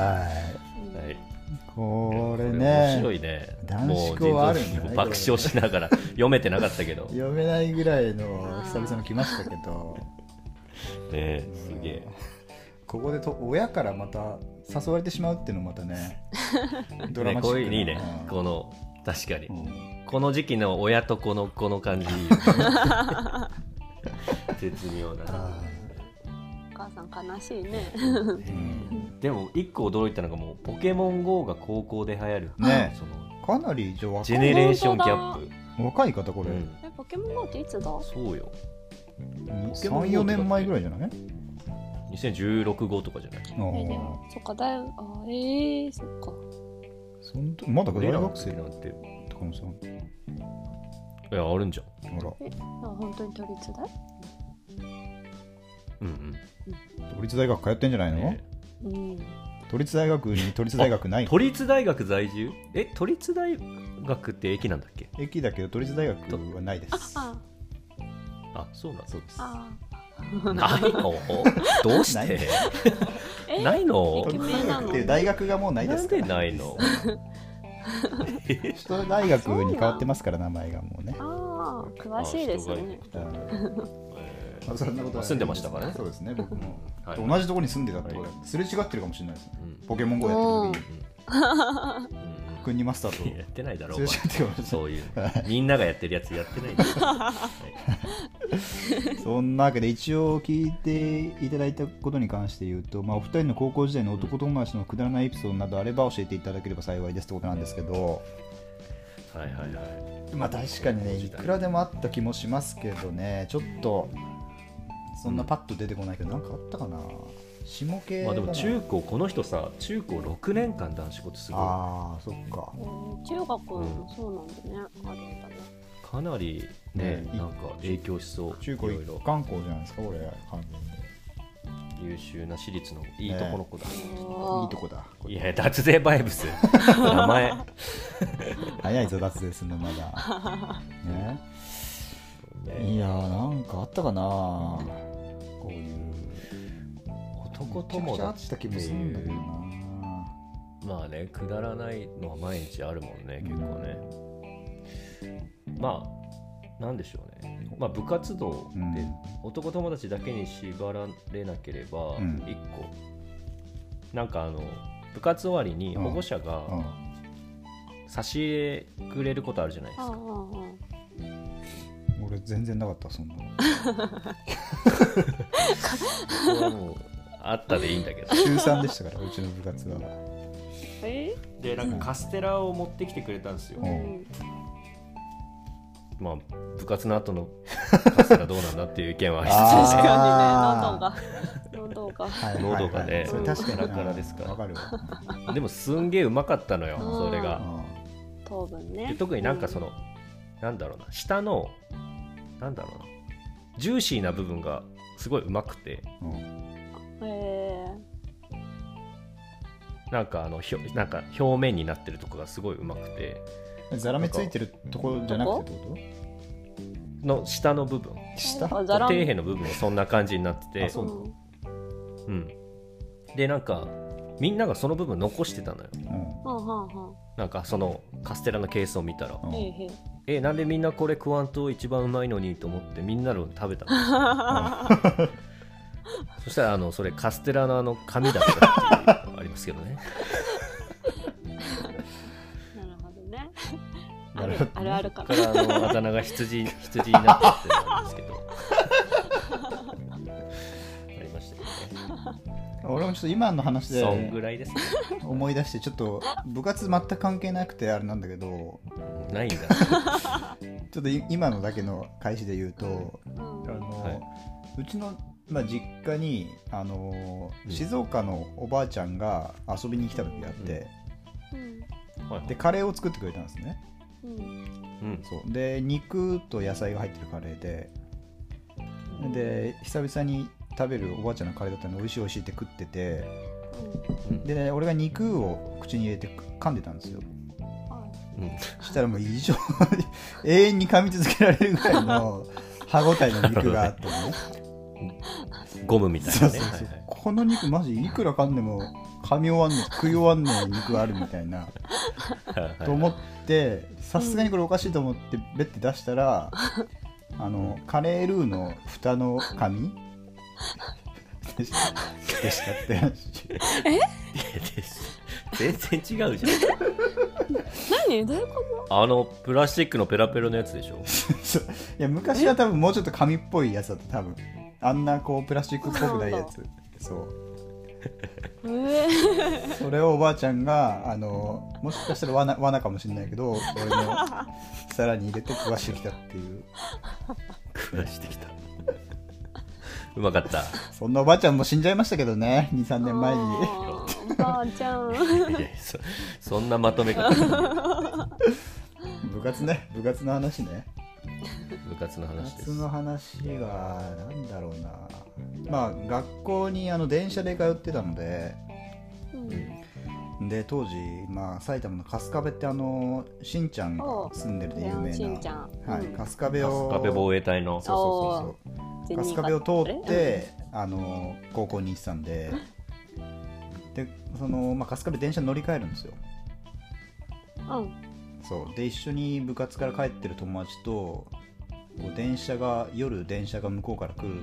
A: は、
B: はいい。これ
A: 面
B: ね、
A: 白いね
B: 男子校はあるんだ
A: もう人造人も
B: ね
A: 爆笑しながら読めてなかったけど、ね
B: 読めないぐらいの久々の来ましたけど、
A: え、すげえ
B: ここでと親からまた誘われてしまうっていうのもま たね、ドラ
A: ね
B: マチ
A: こ
B: ッ
A: う
B: クな
A: いういいね
B: うん
A: この確かに、
B: うん
A: この時期の親と子のこの感じ 絶妙だ
B: あ
C: お母さん悲しいね。
B: ー
A: でも一個驚いたのがもうポケモン GO が高校で流行る、
B: ね
A: その
B: かなりじゃあ若
A: ジェ
B: い
A: ネレーションギャップ、
B: 若い方これ、
A: うん
C: えポケモン GO っていつだ？
A: そうよ
B: 34年前ぐらいじゃない
A: 2016号とかじゃない
B: あ
C: えで
B: ー
C: もそっかだいぶあええー、そっか。
B: そんとまだ大学生だ
A: な
B: っ
A: んてい
B: たかもしれ
A: やあるんじゃん
B: ないほ
C: あ本当に都立だ。
A: うんうん
B: ら都立大学通ってんじゃないの、
A: ね
C: うん。
B: 都立大学に都立大学ない
A: 都立大学在住え都立大学って駅なんだっけ
B: 駅だけど都立大学はないで
C: あ
B: す
C: あ
A: あそうなん
B: そうです
C: あ
A: ないのどうし
B: ない
A: て
C: え
A: ないの
B: 都
C: 駅
B: 立大
C: 名な
B: 学
C: の
B: っていう大学がもうないで
A: な
B: す
A: ん
B: から
A: でないの
B: 首都大学に変わってますから名前がもうね
C: あああ詳しいですね。
B: うんまあそんなことは
A: 住んでましたからね
B: そうですね僕も、
A: はい
B: と同じところに住んでたってこれ
A: は
B: すれ違ってるかもしれないですね
A: うん
B: ポケモン GO やってる時
A: うん
B: に君にマスター
A: うんや
B: と
A: ってないだろ
B: す
A: う
B: れ違ってるかもしれない
A: そういうみんながやってるやつやってないんだよはい
B: そんなわけで一応聞いていただいたことに関して言うと、まあ、お二人の高校時代の男友達のくだらないエピソードなどあれば教えていただければ幸いですってことなんですけど
A: はいはいはい
B: まあ確かにねいくらでもあった気もしますけどねちょっとそんなパッと出てこないけどなんかあったかな下系
A: まあ
B: か
A: で
B: な
A: も中高この人さ中高6年間男子校ってすごい
B: ああそっか
C: うん中学もそうなんでね、あるんだね
A: かなりね
B: ね
A: なんか影響しそう
B: 中高
A: いろ
B: 一
A: いろ
B: 貫校じゃないですかこれ完全に
A: 優秀な私立のいいとこの子だ、
B: い
C: お
B: いと
C: ー
B: こだ
A: いや脱税バイブス名前
B: 早いぞ脱税するのまだね
A: ね
B: いやーなんかあったかなこういう
A: 男
B: め
A: 友
B: ちゃくちゃあ
A: 達
B: っ
A: ったて
B: 気もするんだけ
A: い
B: ど
A: う
B: な
A: まあねくだらないのは毎日あるもんね結構ね、まあなんでしょうねまあ部活動
B: うん
A: で男友達だけに縛られなければ
B: うん
A: 一個、なんかあの部活終わりに保護者
B: う
A: が
B: ん
A: 差し入れくれることあるじゃないです
C: あ
A: か、
C: ーあー
B: 俺全然なかったそんなの
A: それはもうあったでいいんだけど
B: 中3でしたからうちの部活は
C: え
A: でなんかカステラを持ってきてくれたんですよ、
B: うん
A: まあ部活の後のカステラどうなんだっていう意 見はあ りつつ
B: あー
C: 確
B: あ
C: かにね喉が喉が
B: はい
A: 喉がね
B: それ確かに
A: カラカラですから
B: わかるわ
A: でもすんげえうまかったのよ
C: う
A: そ
C: ん
A: れが
B: う
C: 糖分
A: で
C: ね
A: 特になんかそのなんだろうな下のなんだろうなジューシーな部分がすごいうまくて
B: んうん
C: うんへー
A: なんかあのひょなんか表面になってるとこがすごいうまくて
B: ザラメついてるところじゃなくてってこ
A: の下の部分底
B: と下
C: あざらん
A: 辺の部分がそんな感じになってて
B: あそうなん
C: うん
A: うん、でなんかみんながその部分残してたのよ
B: うん
C: はんはんは
A: なんかそのカステラのケースを見たら、
B: うん
C: んへ
B: う
C: い
B: ん
C: へい
A: えなんでみんなこれ食わんと一番うまいのにと思ってみんなの食べたの そしたらあのそれカステラのあの紙だったっていうのありますけどね
C: なるほどね
B: な
C: あ
B: る
C: る
B: ほどね
C: あるあるか
A: こ
C: ら
A: れあのあだ名が羊羊になったってなんですけどありましたけ
B: 俺もちょっと今の話
A: どねそんぐ
B: で
A: らいですね
B: 思い出してちょっと部活全く関係なくてあれなんだけど
A: ないんだ
B: ちょっとい今のだけの返しで言うと
C: うん
B: あの、
A: はいう
B: ちの、まあ、実家にあの
A: うん
B: 静岡のおばあちゃんが遊びに来た時があって、
C: うん
A: はい
B: でカレーを作ってくれたんですね
C: うん
A: うん
B: そうで肉と野菜が入ってるカレーでで久々に食べるおばあちゃんのカレーだったので美味しい美味しいって食ってて
A: うん
B: で俺が肉を口に入れて噛んでたんですよ
C: は
A: うん
B: したらもう異常に 永遠に噛み続けられるぐらいの 歯ごたえの肉 があってね
A: ゴムみたい
B: そ
A: な
B: う
A: ね
B: そう
A: はい
B: そう
A: はい
B: この肉マジいくら噛んでも噛み終わんねえ食い終わんねえ肉あるみたいな
A: はい
B: と思ってさすがにこれおかしいと思ってベッて出したらあのカレールーの蓋の紙でしたでしたって話
A: 全然違うじゃん
C: い何どういうこ
A: あのプラスチックのペラペラのやつでしょ
B: そういや昔は多分もうちょっと紙っぽいやつだった多分あんなこうプラスチックっぽくないやつそう
C: とええ
B: それをおばあちゃんがあのもしかしたら罠罠かもしれないけど俺の皿に入れて食わしてきたっていう
A: 食わしてきたうまかった
B: そんなおばあちゃんも死んじゃいましたけどね23年前に
C: あーおばあちゃん
A: いやそそんなまとめ方
B: 部活ね部活の話ね
A: 部活の話です
B: 夏の話がなんだろうなまあ学校にあの電車で通ってたので
C: うん
B: で当時、まあ、埼玉の春日部ってあのしんちゃんが住んでるで有名な
C: しんちゃん
B: はい
C: うん
B: 春日部を
A: 春日部防衛隊の
B: そうそうそうそう春日部を通っ
C: あれ
B: てあの高校に行ってたんででその、まあ、春日部電車に乗り換えるんですよ
C: うん
B: そうで一緒に部活から帰ってる友達とこう電車が夜電車が向こうから来る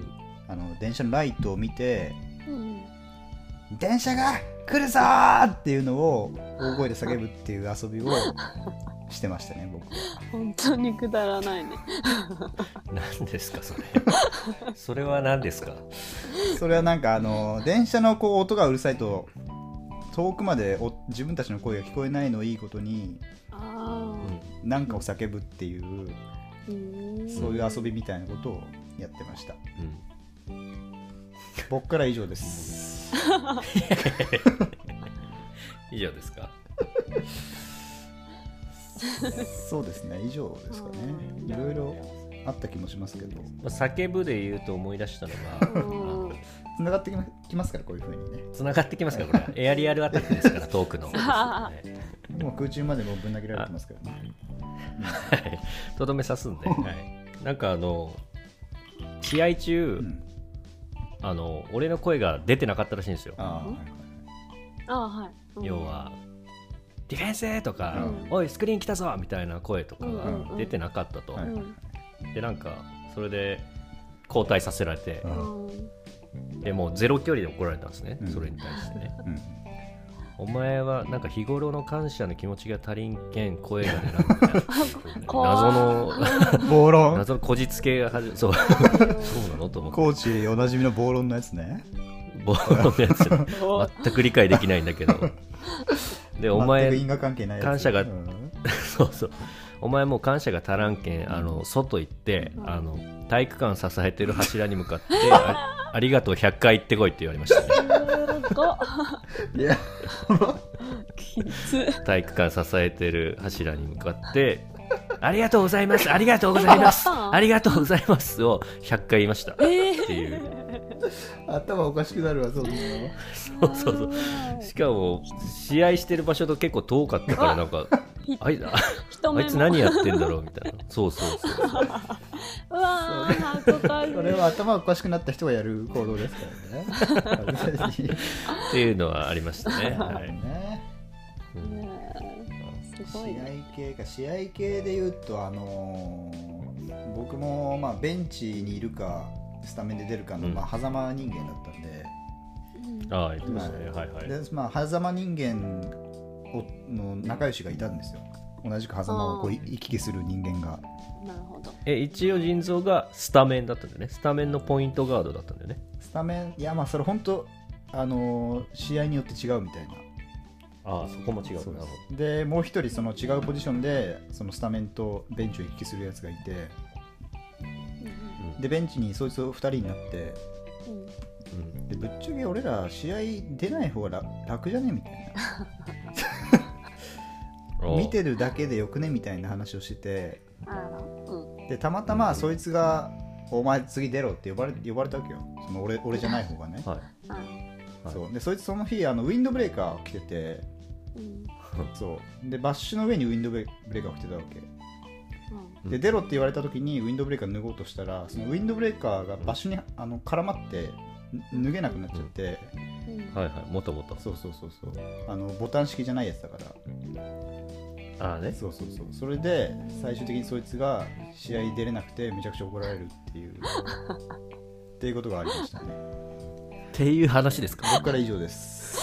B: あの電車のライトを見て
C: うん
B: 「電車が来るぞ!」っていうのを大声で叫ぶっていう遊びをしてましたね僕は
C: 本当にくだらないね
A: 何ですかそれそれは何ですか
B: それはなんかあの電車のこう音がうるさいと遠くまでお自分たちの声が聞こえないのをいいことに
C: あ
B: 何かを叫ぶっていう
C: ーうーん
B: そういう遊びみたいなことをやってました
A: うん
B: 僕から以上です
A: 以上ですか
B: そうですね以上ですかねいろいろあった気もしますけど
A: まあ叫ぶで言うと思い出したの
C: う
A: が
C: ん
B: つながってきまきますからこういうふうにね
A: つながってきますからこれエアリアルアタックですからトークの
C: そうで
B: もう空中までもうぶん投げられてますからね
A: はいとどめ刺すんで、はい、なんかあの試合中、
B: うん
A: あの俺の声が出てなかったらしいんですよ、
B: ああはい
C: あはい、うん
A: 要は「ディフェンス!」とか「
B: うん
A: おいスクリーン来たぞ!」みたいな声とか
C: うん
B: うん
C: う
A: が
C: ん
A: 出てなかったと、
B: はいはいはい
A: でなんかそれで交代させられて
B: う、
C: うんん
A: でもうゼロ距離で怒られたんですね、
B: うん
A: それに対してね
B: うん
A: お前はなんか日頃の感謝の気持ちが足りんけん声が出なく なる
C: 怖
A: 謎の
B: 暴論
A: 謎のこじつけが始ま そうそうなのと思って
B: コーチおなじみの暴論のやつね
A: ボーのやつ全く理解できないんだけどでお
B: 全く
A: 前
B: 因果関係ないやつ
A: 感謝が
B: うん
A: そうそうお前もう感謝が足らんけんあの外行って
C: うん
A: あの体育館支えてる柱に向 かってあありがとう100回行ってこいって言われましたね
B: いや
C: きつ
A: 体育館支えてる柱に向かってありがとうございますありがとうござい ますありがとうございますを100回言いましたって
C: え
A: いう
B: 頭おかしくなるわそうだな
A: そうそうそうしかも試合してる場所と結構遠かったからなんかあい
C: 一
A: あ
C: 目
A: いつ何やってんだろうみたいなそうそうそう
C: うわー箱か
B: それは頭おかしくなった人がやる行動です からね私ね
A: っていうのはありました ね。はいうん
C: す
B: 試
C: ご
B: 合
C: いね
B: 系か試合系で言うとあのー僕もまあベンチにいるかスタメンで出るかの、
A: うん
B: まあ狭間人間だったんで、
A: ああ、言ってましたね。はいはい。
B: でまあ狭間人間をの仲良しがいたんですよ同じく狭間をこう
C: あー
B: い行き来する人間が
C: なるほど
A: え、一応腎臓がスタメンだったんだよね。スタメンのポイントガードだったんだよね。
B: スタメンいやまあそれ本当あのー試合によって違うみたいな
A: ああ、そこも違う。
B: そう
A: な
B: で
A: る
B: すでもう一人その違うポジションでそのスタメンとベンチを行き来するやつがいてでベンチにそいつを2人になって
C: うん
A: ほど。うん
B: でぶっちゃけ俺ら試合出ない方が楽楽じゃねみたい
A: あ
B: な
A: あ
B: 見てるだけでよくねみたいな話をしてて
C: あらうん
B: でたまたまそいつが「お前次出ろ」って呼ばれ呼ばれたわけよその俺俺じゃない方がね、
A: はい。
C: あ
A: はい
B: そうでそいつその日あのウィンドブレーカーを着てて
C: うん
B: そうでバッシュの上にウィンドブレーカーを着てたわけ
C: うん
A: う
B: で
A: ん
B: 出ろって言われた時にウィンドブレーカー脱ごうとしたらそのウィンドブレーカーが場所にあの絡まってぬ脱げなくなっちゃって、
C: うん
A: はいはい。もともと。
B: そうそうそうそうあのボタン式じゃないやつだから
A: ああね。
B: そうそうそうそれで最終的にそいつが試合出れなくてめちゃくちゃ怒られるっ ていうっていうことがありましたね
A: って いう話ですか。
B: 僕から以上です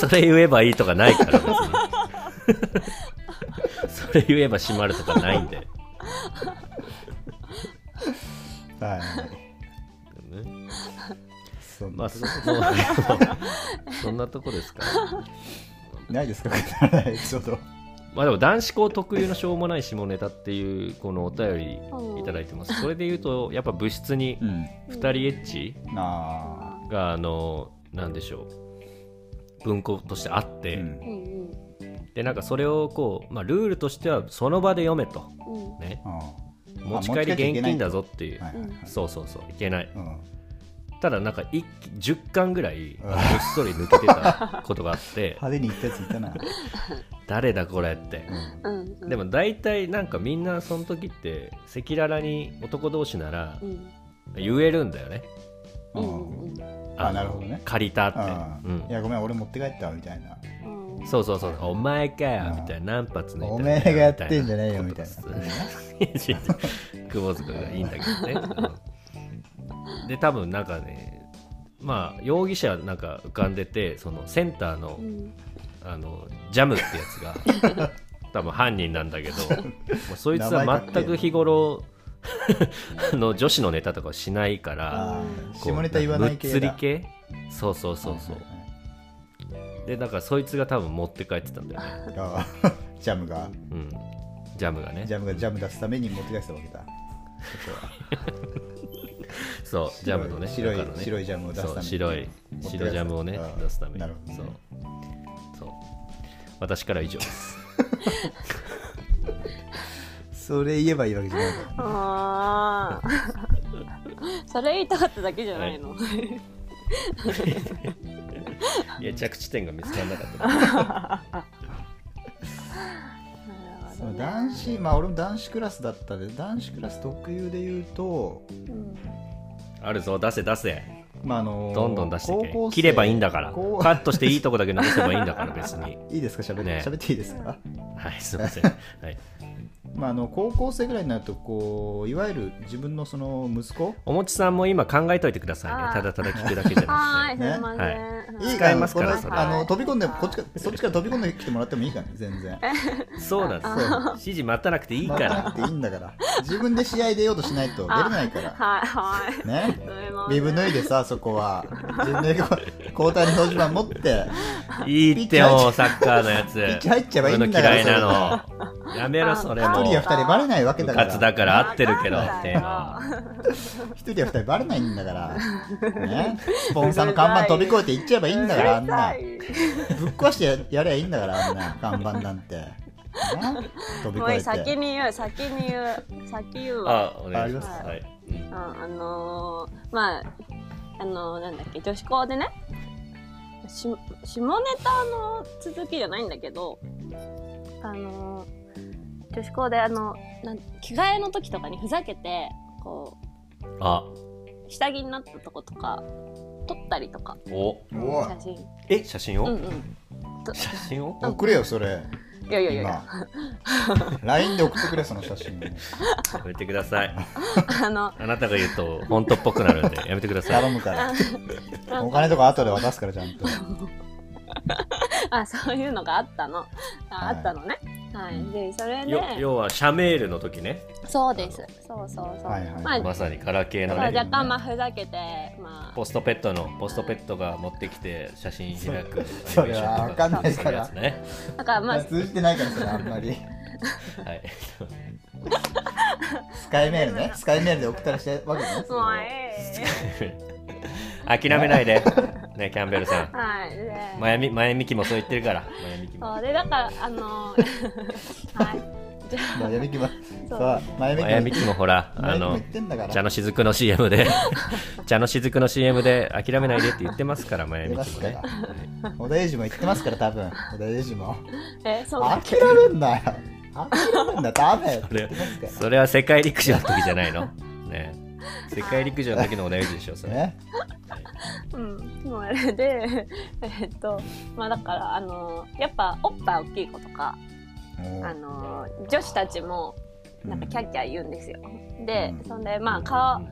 A: それ言えばいいとかない から、別に。それ言えば閉まるとかないんで。 ね
B: はいそん
A: まあ、
B: な
A: そもうそんなとこですか。
B: ないですか くだらないエピソード
A: まあでも男子校特有のしょうもない下ネタっていうこのお便りいただいてます。それで言うとやっぱ部室に
B: うん
A: 2人エッチ
B: あ
A: があのなんでしょう文庫としてあっ
B: ー
A: て、
B: うん
C: うんうん
A: でなんかそれをこう、まあ、ルールとしてはその場で読めと、
C: うん
A: ね、
B: あー
A: 持ち帰り現金だぞっていう、
B: あ持ち帰っちゃいけないはいはいはい
A: そうそうそういけない
B: うん
A: ただなんか一気10巻ぐらい
B: う
A: あ
B: ん
A: のごっそり抜けてたことがあ って
B: 派手に行ったやつい たな、
A: 誰だこれって
B: うん
C: うんうん
A: でも大体なんかみんなその時って赤裸々に男同士なら
C: うん
A: 言えるんだよね、
C: うん
B: うん
C: うん
B: あ
A: の
B: なるほどね
A: 借りたって、う
B: うん
A: ん
B: いやごめん俺持って帰ったわみたいな
C: うん
A: そうそうそう、お前かよ
B: うん
A: みたいな、何発抜いた
B: お
A: みたいな
B: 前がやってんじゃないよ みたい
A: こと
B: な
A: です違う違う窪塚がいいんだけどね。うんで、多分なんかね、まあ、容疑者なんか浮かんでて、そのセンターの
C: うん
A: あのジャムってやつ が、多分犯人なんだけど、もうそいつ
B: 名
A: は
B: 前かっけえ
A: 全く日頃、 あの女子のネタとかをしないから、
B: あー
A: こう
B: 下ネタ言わない系だ
A: むっつり系そうそうそうそう。
B: はいはいはい
A: でなんかそいつが多分持って帰ってたんだよね、
B: あ あジャム
A: う
B: が
A: ん、ジャムがね
B: ジャムがジャム出すために持って帰ってたわけだそこ
A: そう
B: は白い
A: ジャムのね
B: 白い
A: 中のね
B: 白いジャムを出すために
A: そう白い
B: 持って帰ってた
A: 白ジャムをね
B: ああ
A: 出すために
B: なるほどね
A: そうそう私からは以上です
B: それ言えばいいわけじゃないから
C: ああそれ言いたかっただけじゃないの、
A: いや着地点が見つからなかった
B: そ
C: なるほど
B: の
C: ね
B: 男子まあ俺も男子クラスだったで男子クラス特有で言うと
C: うん
A: あるぞ出せ出せ
B: まああの
A: どんどん出してけ
B: 高校生
A: 切ればいいんだからカ
B: こう
A: ットしていいとこだけ残せばいいんだから別 に
B: いいですか喋って、
A: ね
B: 喋っていいですか
A: はいすいませんはい
B: まあ、あの高校生ぐらいになるとこういわゆる自分のその息子
A: おもちさんも今考えといてください
C: あ
A: ね
C: ー
A: ただただ聞くだけじ ゃ
C: は
A: な
C: ー
A: く
C: い
A: て
C: すいません、
A: はい
C: うん
A: 使いますから
B: いい
A: そ
B: か
A: れ
B: なあの飛び込んでこっちかそっちから飛び込んできてもらってもいいからね全然
A: そうなんですよ指示待たなくていいか
B: 待たな
A: ら
B: くていいんだから自分で試合出ようとしないと出れないから
C: はいはい
B: ね
C: すいません
B: リブ脱いでさそこは自分でこう交代の表示板持って
A: いいってよサッカーのやつ
B: ピッチ入っちゃえばいい
A: 俺の
B: んだから
A: 嫌いなのやめろそれ
C: あ
A: もう
B: 一人や二人バレないわけ
A: 部
B: だか
A: 活だ
B: ら
A: から合ってるけど
C: わかん
A: っ
C: な
A: て
C: い
A: いうの
B: 一人や二人バレないんだ からねスポンサーの看板飛び越えていっちゃえばいいんだからあんな
C: うるさい
B: ぶっ壊してややりゃいいんだからあんな看板なんて、ね、飛び
C: もういい
B: 越え
C: 先
B: て
C: に言う先に言う先言うわ
A: あお願いします
C: あ
A: はい
C: うんあのー、まああのー、なんだっけ女子校でねし下ネタの続きじゃないんだけどあのー、女子校であのなん着替えの時とかにふざけてこ
A: うんあ
C: う下着になったとことか撮ったりとか
A: お
B: おい
C: 写真
A: え写真
C: うん
A: を
C: うんと
A: 写真を
B: 送れよそれ
C: いやいやいやいや
B: 今 LINE で送ってくれその写 真
A: やめてください
C: あの
A: あなたが言うと本当っぽくなるん でやめてください
B: 頼むからお金とか後で渡すからちゃ んと
C: あそういうのがあったのあ,、
B: はい
C: あったのねはいでそれで、
A: よ要は社メールの時ね
C: そうですそうそうそう、
B: はいはい
C: まあ
A: まさにガラケー
C: そう
A: の
B: はい
A: ね
C: 若干まあふざけてま
A: ポストペットのポストペットが持ってきて写真開く
B: そうそれはわかんないから
A: そういうや
C: あだからまあ
B: 通じてないからそれあんま り
A: つねはい
B: スカイメールねスカイメールで送ったらしたわけね
C: もうええ
A: 諦めないでねキャンベルさん
C: はいで、
A: 前み前みきもそう言ってるから前みきも
C: そうでだからあの ーはいじゃ
B: まあやめきま
C: そう
B: さあ前
A: 前
B: め
A: み
B: き
A: きもほらあ
B: 前めきも
A: の
B: 言ってんだから
A: 茶の雫の CM で 茶の雫の CM で諦めないでって言ってますから前みきも
B: 言
A: ね
B: って小田英二も言ってますから多分小田英二も
C: あえそうだっけ
B: 諦めんなよ諦めんなダメ
A: それ
B: ますから
A: それは世界陸上の時じゃないのね世界陸上の時のお悩みでしょそれ
B: ね
C: うんもうあれで えっとまあだからあのーやっぱおっぱい大きい子とか
B: も
C: あ
B: う
C: のー女子たちもなんかキャッキャ言うんですよで
B: うん
C: そんでまあ顔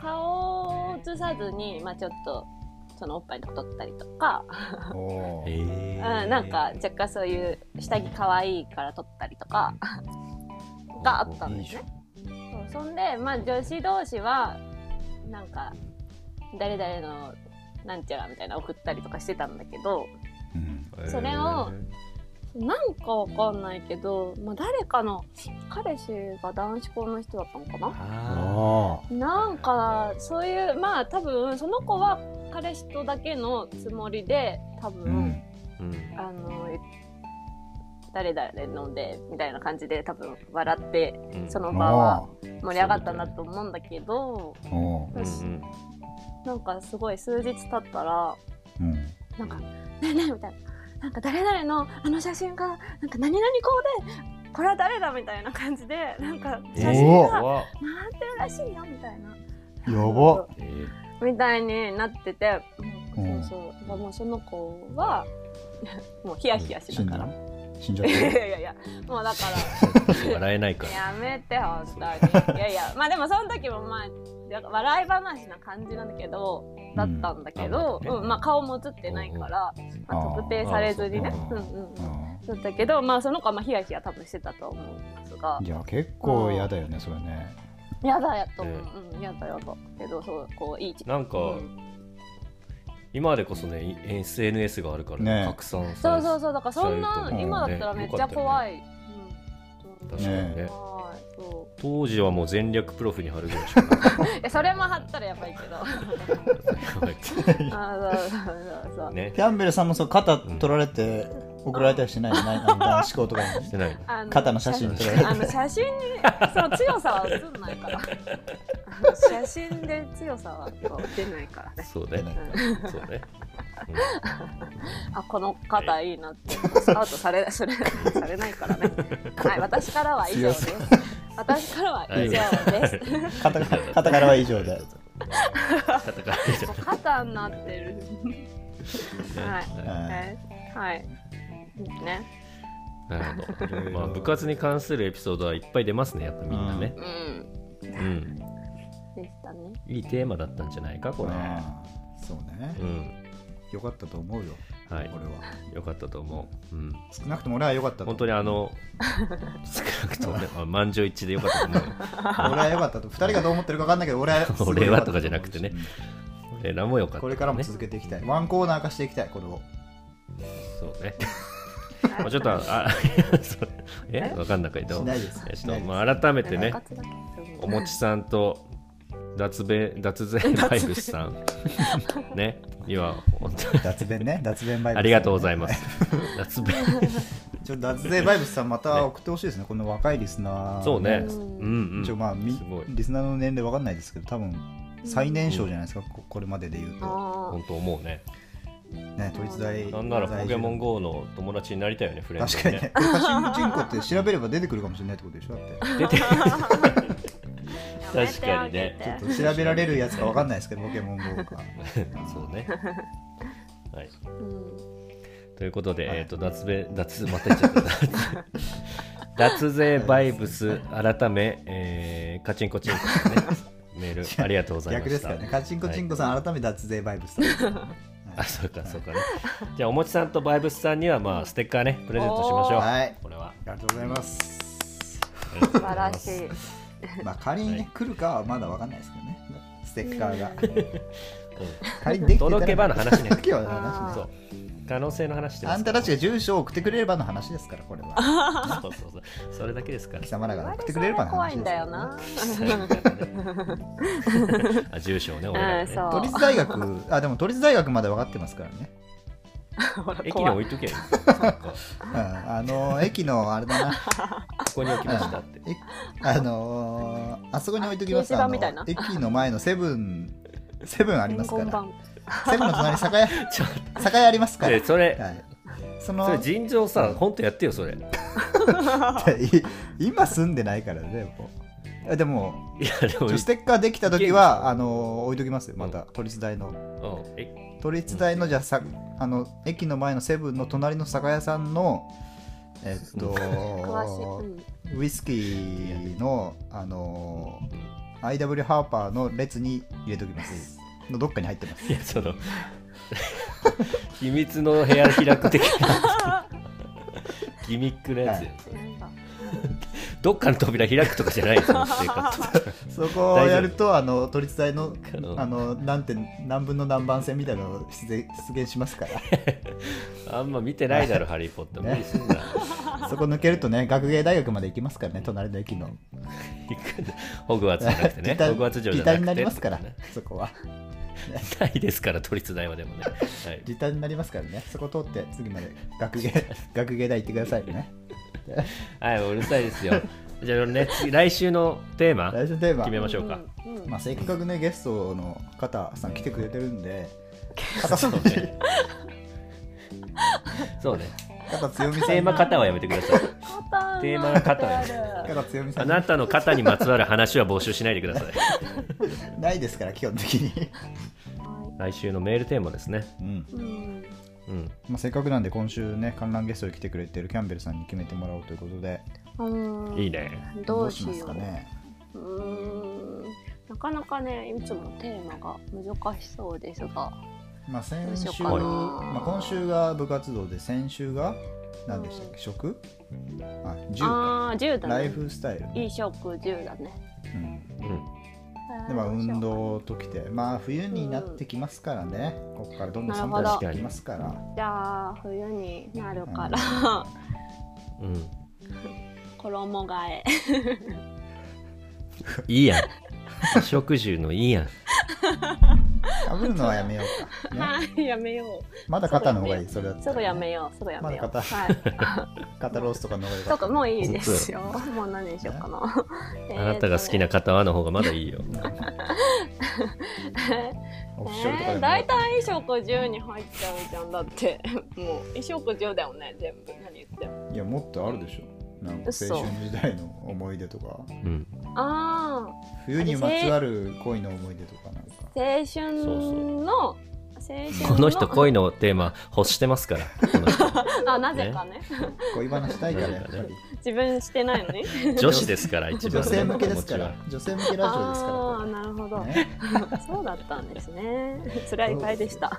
C: 顔を映さずにまあちょっとそのおっぱいの撮ったりとか
B: お
A: え
B: ー
A: ー
C: うん、なんか若干そういう下着可愛いから撮ったりとかがあったんですね。そうそんで、まあ、女子同士はなんか誰々のなんちゃらみたいな送ったりとかしてたんだけど
B: うん
C: それをなんかわかんないけど、まあ、誰かの彼氏が男子校の人だったのかな
A: あ
B: あ
C: なんかそういうまあ多分その子は彼氏とだけのつもりで多
B: ー
C: 分。
B: うん
A: ーうん
C: あの誰々飲んでみたいな感じで多分笑って
A: うん
C: その場は
B: お
C: 盛り上がったんだと思うんだけど
B: ーお
A: うんうん
C: なんかすごい数日経ったら
B: ーうん
C: なんか「ねえねえ」みたいな「なんか誰々のあの写真がなんか何々こうでこれは誰だ」みたいな感じでなんか写真
B: お
C: が
A: 怖っ
C: なんてらしいよみたいな。
B: やばっ
A: えー
C: みたいになってて、
B: うん
C: そうそうだからもうその子はもうヒヤヒヤし
B: 死
C: なん
B: だ
C: がら。
B: の死んじゃっ
C: いや
B: た
C: いやいやもうだから
A: 笑えないから
C: やめて本当にいやいやまあでもその時もまあなんか笑い話な感じなんだけどだったんだけど、
A: う
C: うんんまあ、顔も映ってないから、まあ
B: あー
C: 特定されずにね
B: あー
C: う
B: そ
C: ん
B: う
C: うん うん
B: あ
C: だったけどまあその子はまあヒヤヒヤ多分してたと思うんですが
B: ーいや結構嫌だよねそれね
C: やだやと思
A: え
C: う、うんやだやだけどそうこういい
A: なんか
C: うん
A: 今でこそねい SNS があるから、
B: ね
A: 拡散
C: そうそう
A: そ
C: そうだからそん
A: され
C: な
A: ると
C: 今だったらめっちゃ怖い、うん
A: 確かにね
C: はいそう
A: 当時はもう全略プロフに貼るぐらいしかなかっ
C: えそれも貼ったらやばいけどあーそうそうそうそ
A: た
C: う、
A: ね
B: キャンベルさんもそう肩取られて送られたりしてな いないあの男子校とかに
A: してない
C: あの
B: 肩の写真撮られ
C: あの
B: て
C: 写真にその強さは映んないからあの写真で強さはこう出ないからね、
A: そうね
C: うん
A: そうね、
C: あこの方いいなってスカウトさ れそれされないからねはい私からは以上です
B: 強
C: 私からは以上です
B: 肩肩からは以 上で
A: 戦いじゃ
C: もう肩になってる
A: な
C: はいい
A: ね
C: はいはいね
A: なるほど、まあ、部活に関するエピソードはいっぱい出ますねやっぱみんなね
C: うん
A: うん、
C: でしたね
A: いいテーマだったんじゃないかこれ
B: うんそうね
A: うん
B: よかったと思うよ
A: は
B: 俺
A: い
B: は
A: よかったと思う、うん、
B: 少なくとも俺は良かったと思
A: 本
B: う
A: 当にあの少なくと もねまあ満場一致でよかったと思うよ
B: 俺は良かったと2人がどう思ってるか分かんないけど俺はすごい
A: 俺は
B: 良った思
A: と
B: う
A: かじゃなくてね
B: うん
A: 俺らもよかった、ね、
B: これからも続けていきたいワンコーナー化していきたいこれを
A: そう ねまあちょっとあ そうえわかんなかった
B: しないです
A: えち
B: し
A: ょ
B: な
A: っ
B: い
A: と
B: です
A: まあ改めて
C: 部
A: ね
C: 活だけうん
A: おもちさんと脱べ脱税バイブスさんね今本当に
B: 脱弁ね脱弁バイブス
A: ありがとうござい ます脱税
B: ちょっと脱税バイブスさんまた送ってほしいですねこの若いリスナー
A: そうねう
C: うんん
A: うん
B: 一応まあみ
A: すごい
B: リスナーの年齢わかんないですけど多分最年少じゃないですか、ここれまでで言うと、
C: あー
A: 本当思うね
B: ね、都立大
A: なんなら
B: 在
A: ポ
B: 住
A: ケモン GO の友達になりたいよねフレンド
B: 確かにね写 真人口って調べれば出てくるかもしれないってことでしょだ
A: 出
B: って
A: て
C: やめ
A: 確
C: て
A: か
C: あ
A: に
C: げ
A: ね
C: て
B: ちょっと調べられるやつかわかんないですけどポケモン GO か
A: そう ねはい
C: うん
A: ということで、
B: はい
A: えっ、と脱税脱また言っちゃった 脱税バイブス改め、えー、カチンコチンコさんねメ ールありがとうございました
B: 逆ですからねカチンコチンコさん、改め脱税バイブスさん、
A: あそうかそうかねじゃあおもちさんとバイブスさんにはまあステッカーねプレゼントしましょう、
C: おー
B: はい
A: これは
B: ありがとうございます
C: 素晴らしい
B: まあ仮にね、
A: はい
B: 来るかはまだわかんないですけどねステッカーが、
A: う
B: 仮にできてたら
A: 届けばの話ね
B: 届けばの話
A: ん
B: で
A: そう可能性の話して
B: すあ
A: ます
B: ん
A: か
B: た
A: ら
B: たちが住所を送ってくれればの話ですからこれは
A: そうそうそうそれだけですから
B: 貴様らが送ってくれればの
C: 怖
B: 話
C: い
B: です
C: ん
B: か
C: だよ
B: ら
C: な
A: あ住所をね俺らが
C: うん
A: ね
C: そう
B: 都立大学あでも都立大学まで分かってますからね、
A: 駅に置いとけよなんか
B: うん、あの駅のあれだな
A: ここに置きましたって
B: えあのーあそこに置いときます
C: あ掲示板
B: あの
C: みたいな
B: 駅の前のセブンセブンありますか
C: こんば
B: ら
C: ん
B: セブンの隣に酒屋
A: ちょっ
B: 酒屋あります
A: と
B: から、は
A: で
B: い、
A: それ
B: そ
A: それ
B: の
A: 尋常さ本当やってよそれい
B: 今住んでないからねもうあでも
A: やでも
B: ちょステッカーできた時はあのー置いときますよまた都立大の
A: うんえ
B: 都立大のじゃあさあの駅の前のセブンの隣の酒屋さんのえっと
C: 詳しい、うん
B: ウイスキーの、あのー IW ハーパーの列に入れときます。のどっかに入ってます。
A: いやその秘密の部屋開く的なギミックのやつよ、
C: なんか
A: どっかの扉開くとかじゃ ないよその生活
B: そこをやると、あの、都立大の
A: う、ん
B: あの、何点、何分の何番線みたいなのが出現出現しますか
A: あんま見てないだろ「ハリー・ポッター」無理すんな、
B: ら。そこ抜けるとね、学芸大学まで行きますからね、隣の駅の。
A: 行くんだホグワーツじゃなくて ね
B: ピタ
A: ホグワーツ城じ
B: ピ
A: ゃなく
B: タ
A: て
B: になりま すから
A: ね、
B: そこは。
A: ないですから都立大はでもね、はい、
B: 時短になりますからね、そこ通って、次まで学芸、学芸大行ってくださいね。
A: はい、もううるさいですよ。じゃあね、次来週のテーマ
B: 来週のテーマ
A: 決めましょうか。
C: うんうん
B: まあ、せっかくね、ゲストの方さん来てくれてるんで、肩
A: そうね。そうね。
B: 肩強みさん
A: テーマ方はやめてください。
C: 肩
A: テーマが肩
C: な
A: なん
C: ん
A: で
C: て
A: す
C: ある
B: 肩強みさ
A: あ
B: ん
A: なたの肩にまつわる話は募集しないでください。
B: ないですから基本的に、
A: 来週のメールテーマですね。
B: うん
C: うん
A: うん。
B: まあ、せっかくなんで今週ね観覧ゲストに来てくれてるキャンベルさんに決めてもらおうということで
C: うん
A: いいね。
C: どう
B: し
C: し
B: ま
C: よ
B: すか
C: う
B: ね
C: うーんなかなかねいつもテーマが難しそうですが
B: まあ先
C: どうし
B: 週、
C: ようかな
B: まあ、今週が部活動で先週が何でしたっけ食あ10
C: ああ10だ
B: ライ
C: ね
B: フスタイル、
C: いい食10だね
B: うん
A: うん。
C: ラ
B: でまあ運動ときてまあ冬になってきますからね、ここからどんどん寒くなってきますから
C: じゃあ冬になるから、
A: うん。
C: 衣替え
A: いいやん。衣食住のいいやん。
B: かぶるのはやめよう か、ね、
C: はいやめよ
B: まだ肩の方がいいそれだっ
C: う
B: た
C: す
B: ら
C: ぐやめようすぐやめよう、
B: まだ硬
C: はい
B: 肩ロースとかの方がよか
C: そ
B: っ
C: う
B: た
C: かもういいで すよもう何にしようかな
A: あなたが好きな方はの方がまだいいよ。
B: オフィシャルとかで
C: えー、
B: も
C: 大体衣食住に入っちゃうじゃんだって もう衣食住だよね全部何言っても
B: いやもっとあるでしょなんか
C: 嘘
B: 青春時代の思い出とか
A: うん。
C: ああ
B: 冬にまつわる恋の思い出と かなんか
C: 青春
A: そうそ
C: の青春
A: こ
C: の
A: の人恋のテーマ欲してますから。この人
C: あなぜかね
B: 恋話したいからやっぱり
C: 自分してない のに
A: 女子ですから一番
B: 女
A: ね
B: 性向けですか
A: 気
B: ら
A: 持
B: 女性向けラジオです
C: ああ
B: か
C: なるほど、
B: らね
C: そうだったんですね辛い回でした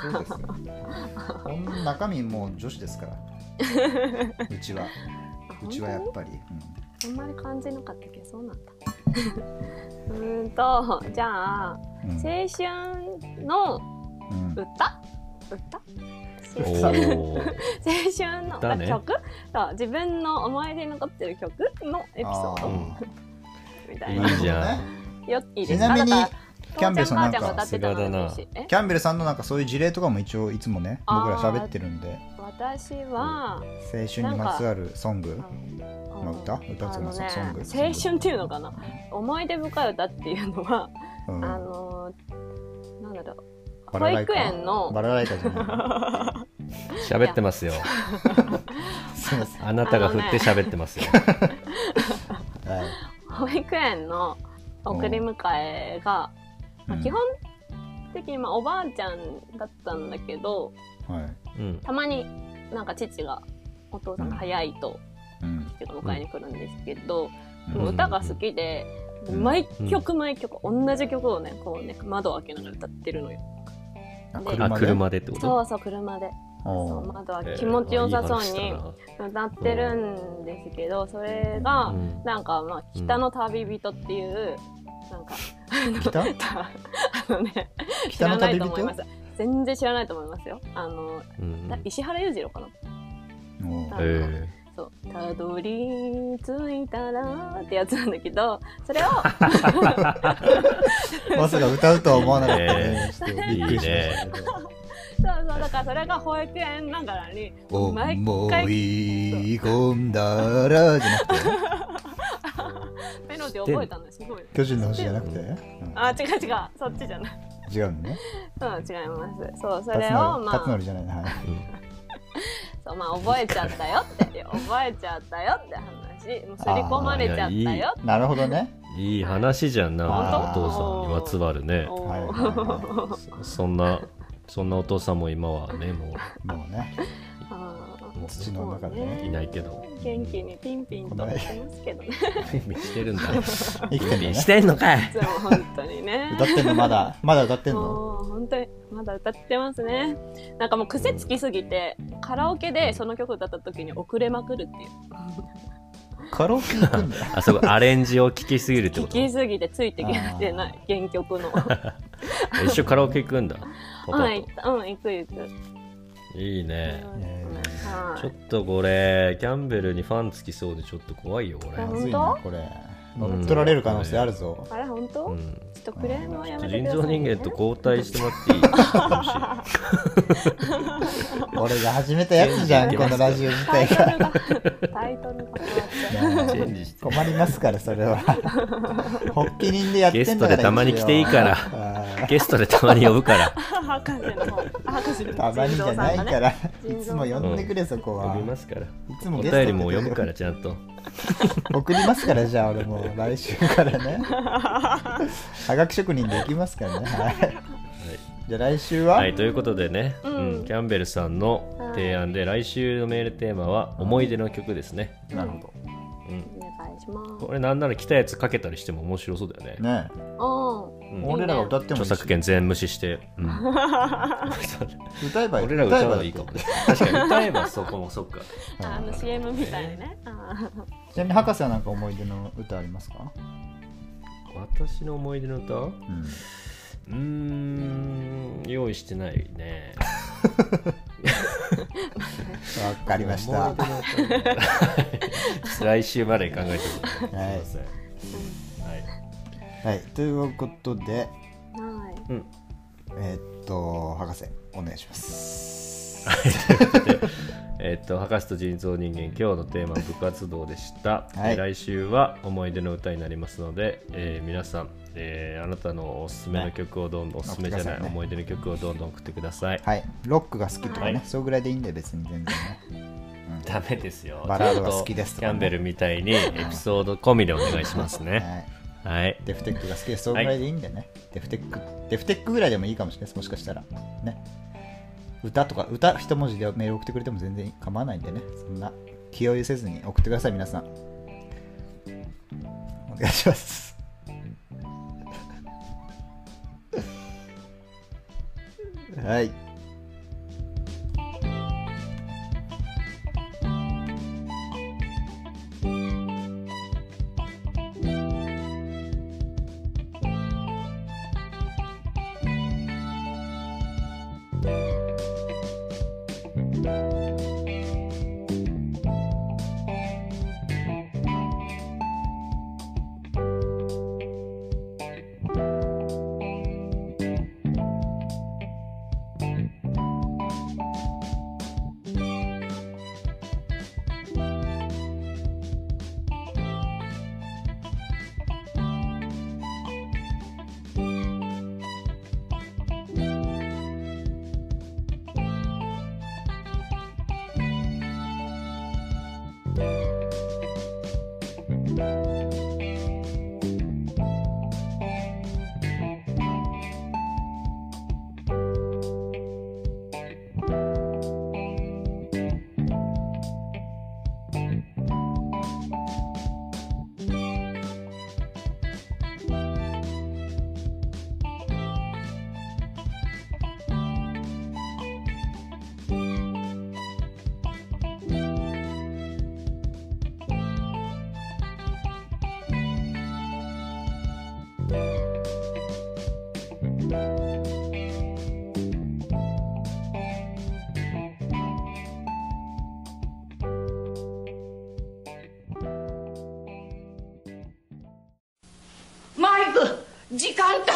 B: そうですよこんな中身もう女子ですから うちはうちはやっぱり、うん
C: あんまり感じなかったけどそうなんだ うーんとじゃあ
B: うん
C: 青春の
B: うん
C: 歌歌
A: ち
C: 青
A: は
C: 春
A: おー
C: 青
A: 歌
C: 春
A: ね
C: の曲、そう自分の思い出に残ってる曲のエピソー
B: あ
C: ド
B: ー
C: みた
A: ー
C: い
B: な
C: な
B: る
A: いいじゃん
B: ほどね
C: よいい
B: ち
C: です
B: なみに
C: あなた
B: キャンベルさんなん
C: 父ちゃ母ちゃが
B: か
A: さ
C: 歌ってたのでもいいしえ
B: キャンベルさんのなんかそういう事例とかも一応いつもね
C: あー
B: 僕ら喋ってるんで
C: 私は、
B: 青春にまつわるソング
C: あの
B: まあ歌歌って
C: あ
B: いうの
C: の
B: はソソング
C: ね青春っていうのかな思い出深い歌っていうのは、
B: うん
C: あのーなんだろう
B: バ
C: 保
B: ラライカ
C: 育園の
B: バラライカじゃない
A: 喋ってますよ。
B: すいません
A: あなたが振って喋ってますよ。
B: はい
C: 保育園の送り迎えが、まあ
B: うん
C: 基本的にまあおばあちゃんだったんだけど
B: はい
A: うん。
C: たまになんか父がお父さんが早いと
B: うん
C: 父が迎えに来るんですけど、
A: うん
C: もう歌が好きで、
B: うん
C: 毎曲毎曲同じ曲をねこうね窓を開けながら歌ってるのよ。
B: あ
C: で
A: あ
B: 車で
A: 車でってこと。
C: そうそう車でそ
B: お
C: う
B: ー
C: 窓は
A: えー
C: 気持ちよさそう
A: いい
C: に
A: 話
C: 歌ってるんですけど、そ
A: だ
C: れ
A: な
C: が
A: う、ん
C: なんかまあ「北の旅人」っていう、なんか
B: 北
C: あのね知
B: 北
C: ら
B: の
C: ない
B: 旅
C: と思いま
B: 人
C: す全然知らないと思いますよあの、
A: うん
C: だ石原裕次郎かな
B: おー
A: え
C: そう「たどり着いたら」ってやつなんだ けどそれを
B: まさか歌うとは思わなかったね
A: え
B: ちょっとびっくりしましたけど
C: そうそうだからそれが保育園ながらに
B: 思
C: 毎回
B: い込んだらじゃなくて
C: メロディー覚えたんですごい
B: 巨人の星じゃなくて、
C: あ違う違うそっちじゃない
B: うん違うのね
C: うん違いますそうそ
B: 辰
C: れ
B: 徳
C: をまあ
B: 辰徳じゃないなはい
C: そうまあ覚えちゃったよって覚えちゃったよって話もうすり込まれちゃったよって
B: なるほどね
A: ーいい話じゃんな
B: あ
A: お
B: ー
A: 父さんにまつわるね
C: お
B: はいはい
C: ー
B: は
A: そそんなそんなお父さんも今はねも
B: いもうね
C: あー
A: う
B: 土の中でね
A: もういないけど
C: 元気にピンピンとやってますけどね
A: 準備して るんだ
B: 生きてんのね
A: してんのか
C: い
A: い
C: つも本当にね
B: 歌ってんのまだまだ歌ってんの
C: もう本当にまだ歌ってますねなんかもう癖つきすぎてカラオケでその曲歌った時に遅れまくるっていう
B: カラオケ行くんだ
A: あそこアレンジを聞きすぎるって
C: 聞
A: こと
C: きすぎてついてきてない原曲のは
A: 一緒カラオケ行くんだパパと
C: いうん行く行く、
A: いいね
B: え
C: はい
A: ちょっとこれキャンベルにファンつきそうでちょっと怖いよこれ
B: ま
C: 本
B: ずいな
C: 当
B: これ
A: うん
B: 乗っ取られる可能性あるぞ、
C: あれ本当、
A: う
C: ち
A: ん
C: ょっとクレームはやめてく
A: 人
C: ださい、ね、
A: 造人間と交代してもらっていい か
B: 俺が始めたやつじゃん
A: いや
B: このラジオ自
C: タイ
B: 体が
C: トルがタイトルが変わっちゃう
A: もしれないチェ
B: ね
A: ンジして
B: 困りますからそれ は発起人でやって
A: ゲ
B: んだから
A: ストでたまに来ていいから
B: 一応あー
A: ゲストでたまに呼ぶから
C: 博士の方博士の
B: たまにじゃないからら、い
C: 人造
B: つ
C: さ
B: も
C: んがね
B: 呼んでくれそこ は、
A: 呼びますから
B: いつも
A: お
B: ゲストで
A: 便りも読むからちゃんと
B: 送りますからじゃあ俺もう来週からねはがき職人できますからねはいじゃあ来週は、
A: はい、ということでね、う
C: うん
A: んキャンベルさんの提案で、来週のメールテーマは「思い出の曲」ですね、
B: なるほ
A: うん、
C: お願いします
A: これなんなら来たやつかけたりしても面白そうだよね
B: どね
C: う
A: うん
B: 俺らが歌ってもい
A: 著
B: いし
A: 作権全無視して、うん
B: 歌えばいい
A: 俺らが歌うの
B: ば
A: いいかもね確かに 歌えばそこもそっか
C: んあの CM みたいにねあー
B: ちなみに博士はなんか思い出の歌ありますか
A: 私の思い出の歌う
B: うん
A: ーん用意してないね
B: わかりまし
A: 思
B: た
A: い。出 の歌ね来週まで考えておいてください、すいませんはい
B: はい、ということで、
C: はい。
A: うん
B: えーっと、博士、お願いします。
A: えっと博士と人造人間今日のテーマは部活動でした、
B: はい
A: えー来週は思い出の歌になりますので、えー皆さん、えーあなたのおすすめの曲をどんどん、おすすめじゃ
B: 送ってく
A: ない、
B: ださいね
A: 思い出の曲をどんどん送ってください、
B: はい、ロックが好きとかね、
A: はい
B: そうぐらいでいいんだよ、別に全然 ね。
A: ダメですよ
B: バラードが好きです
A: ちゃんと
B: と
A: キャ
B: かね
A: ンベルみたいにエピソード込みでお願いします
B: は
A: ね
B: い、
A: はい
B: デフテックが好きでそうぐらいでいいんだよね。デフテック、デフテックぐらいでもいいかもしれないです、もしかしたら。ね。歌とか、歌一文字でメール送ってくれても全然構わないんでね、そんな気負いせずに送ってください、皆さん。お願いします。 はい。
D: マイク時間だ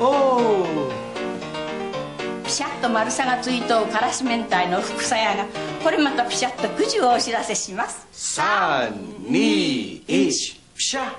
B: おー
D: ピシャッと丸さがついとうからし明太のふくさやがこれまたピシャッとくじをお知らせします
E: 三、二、一、ピシャ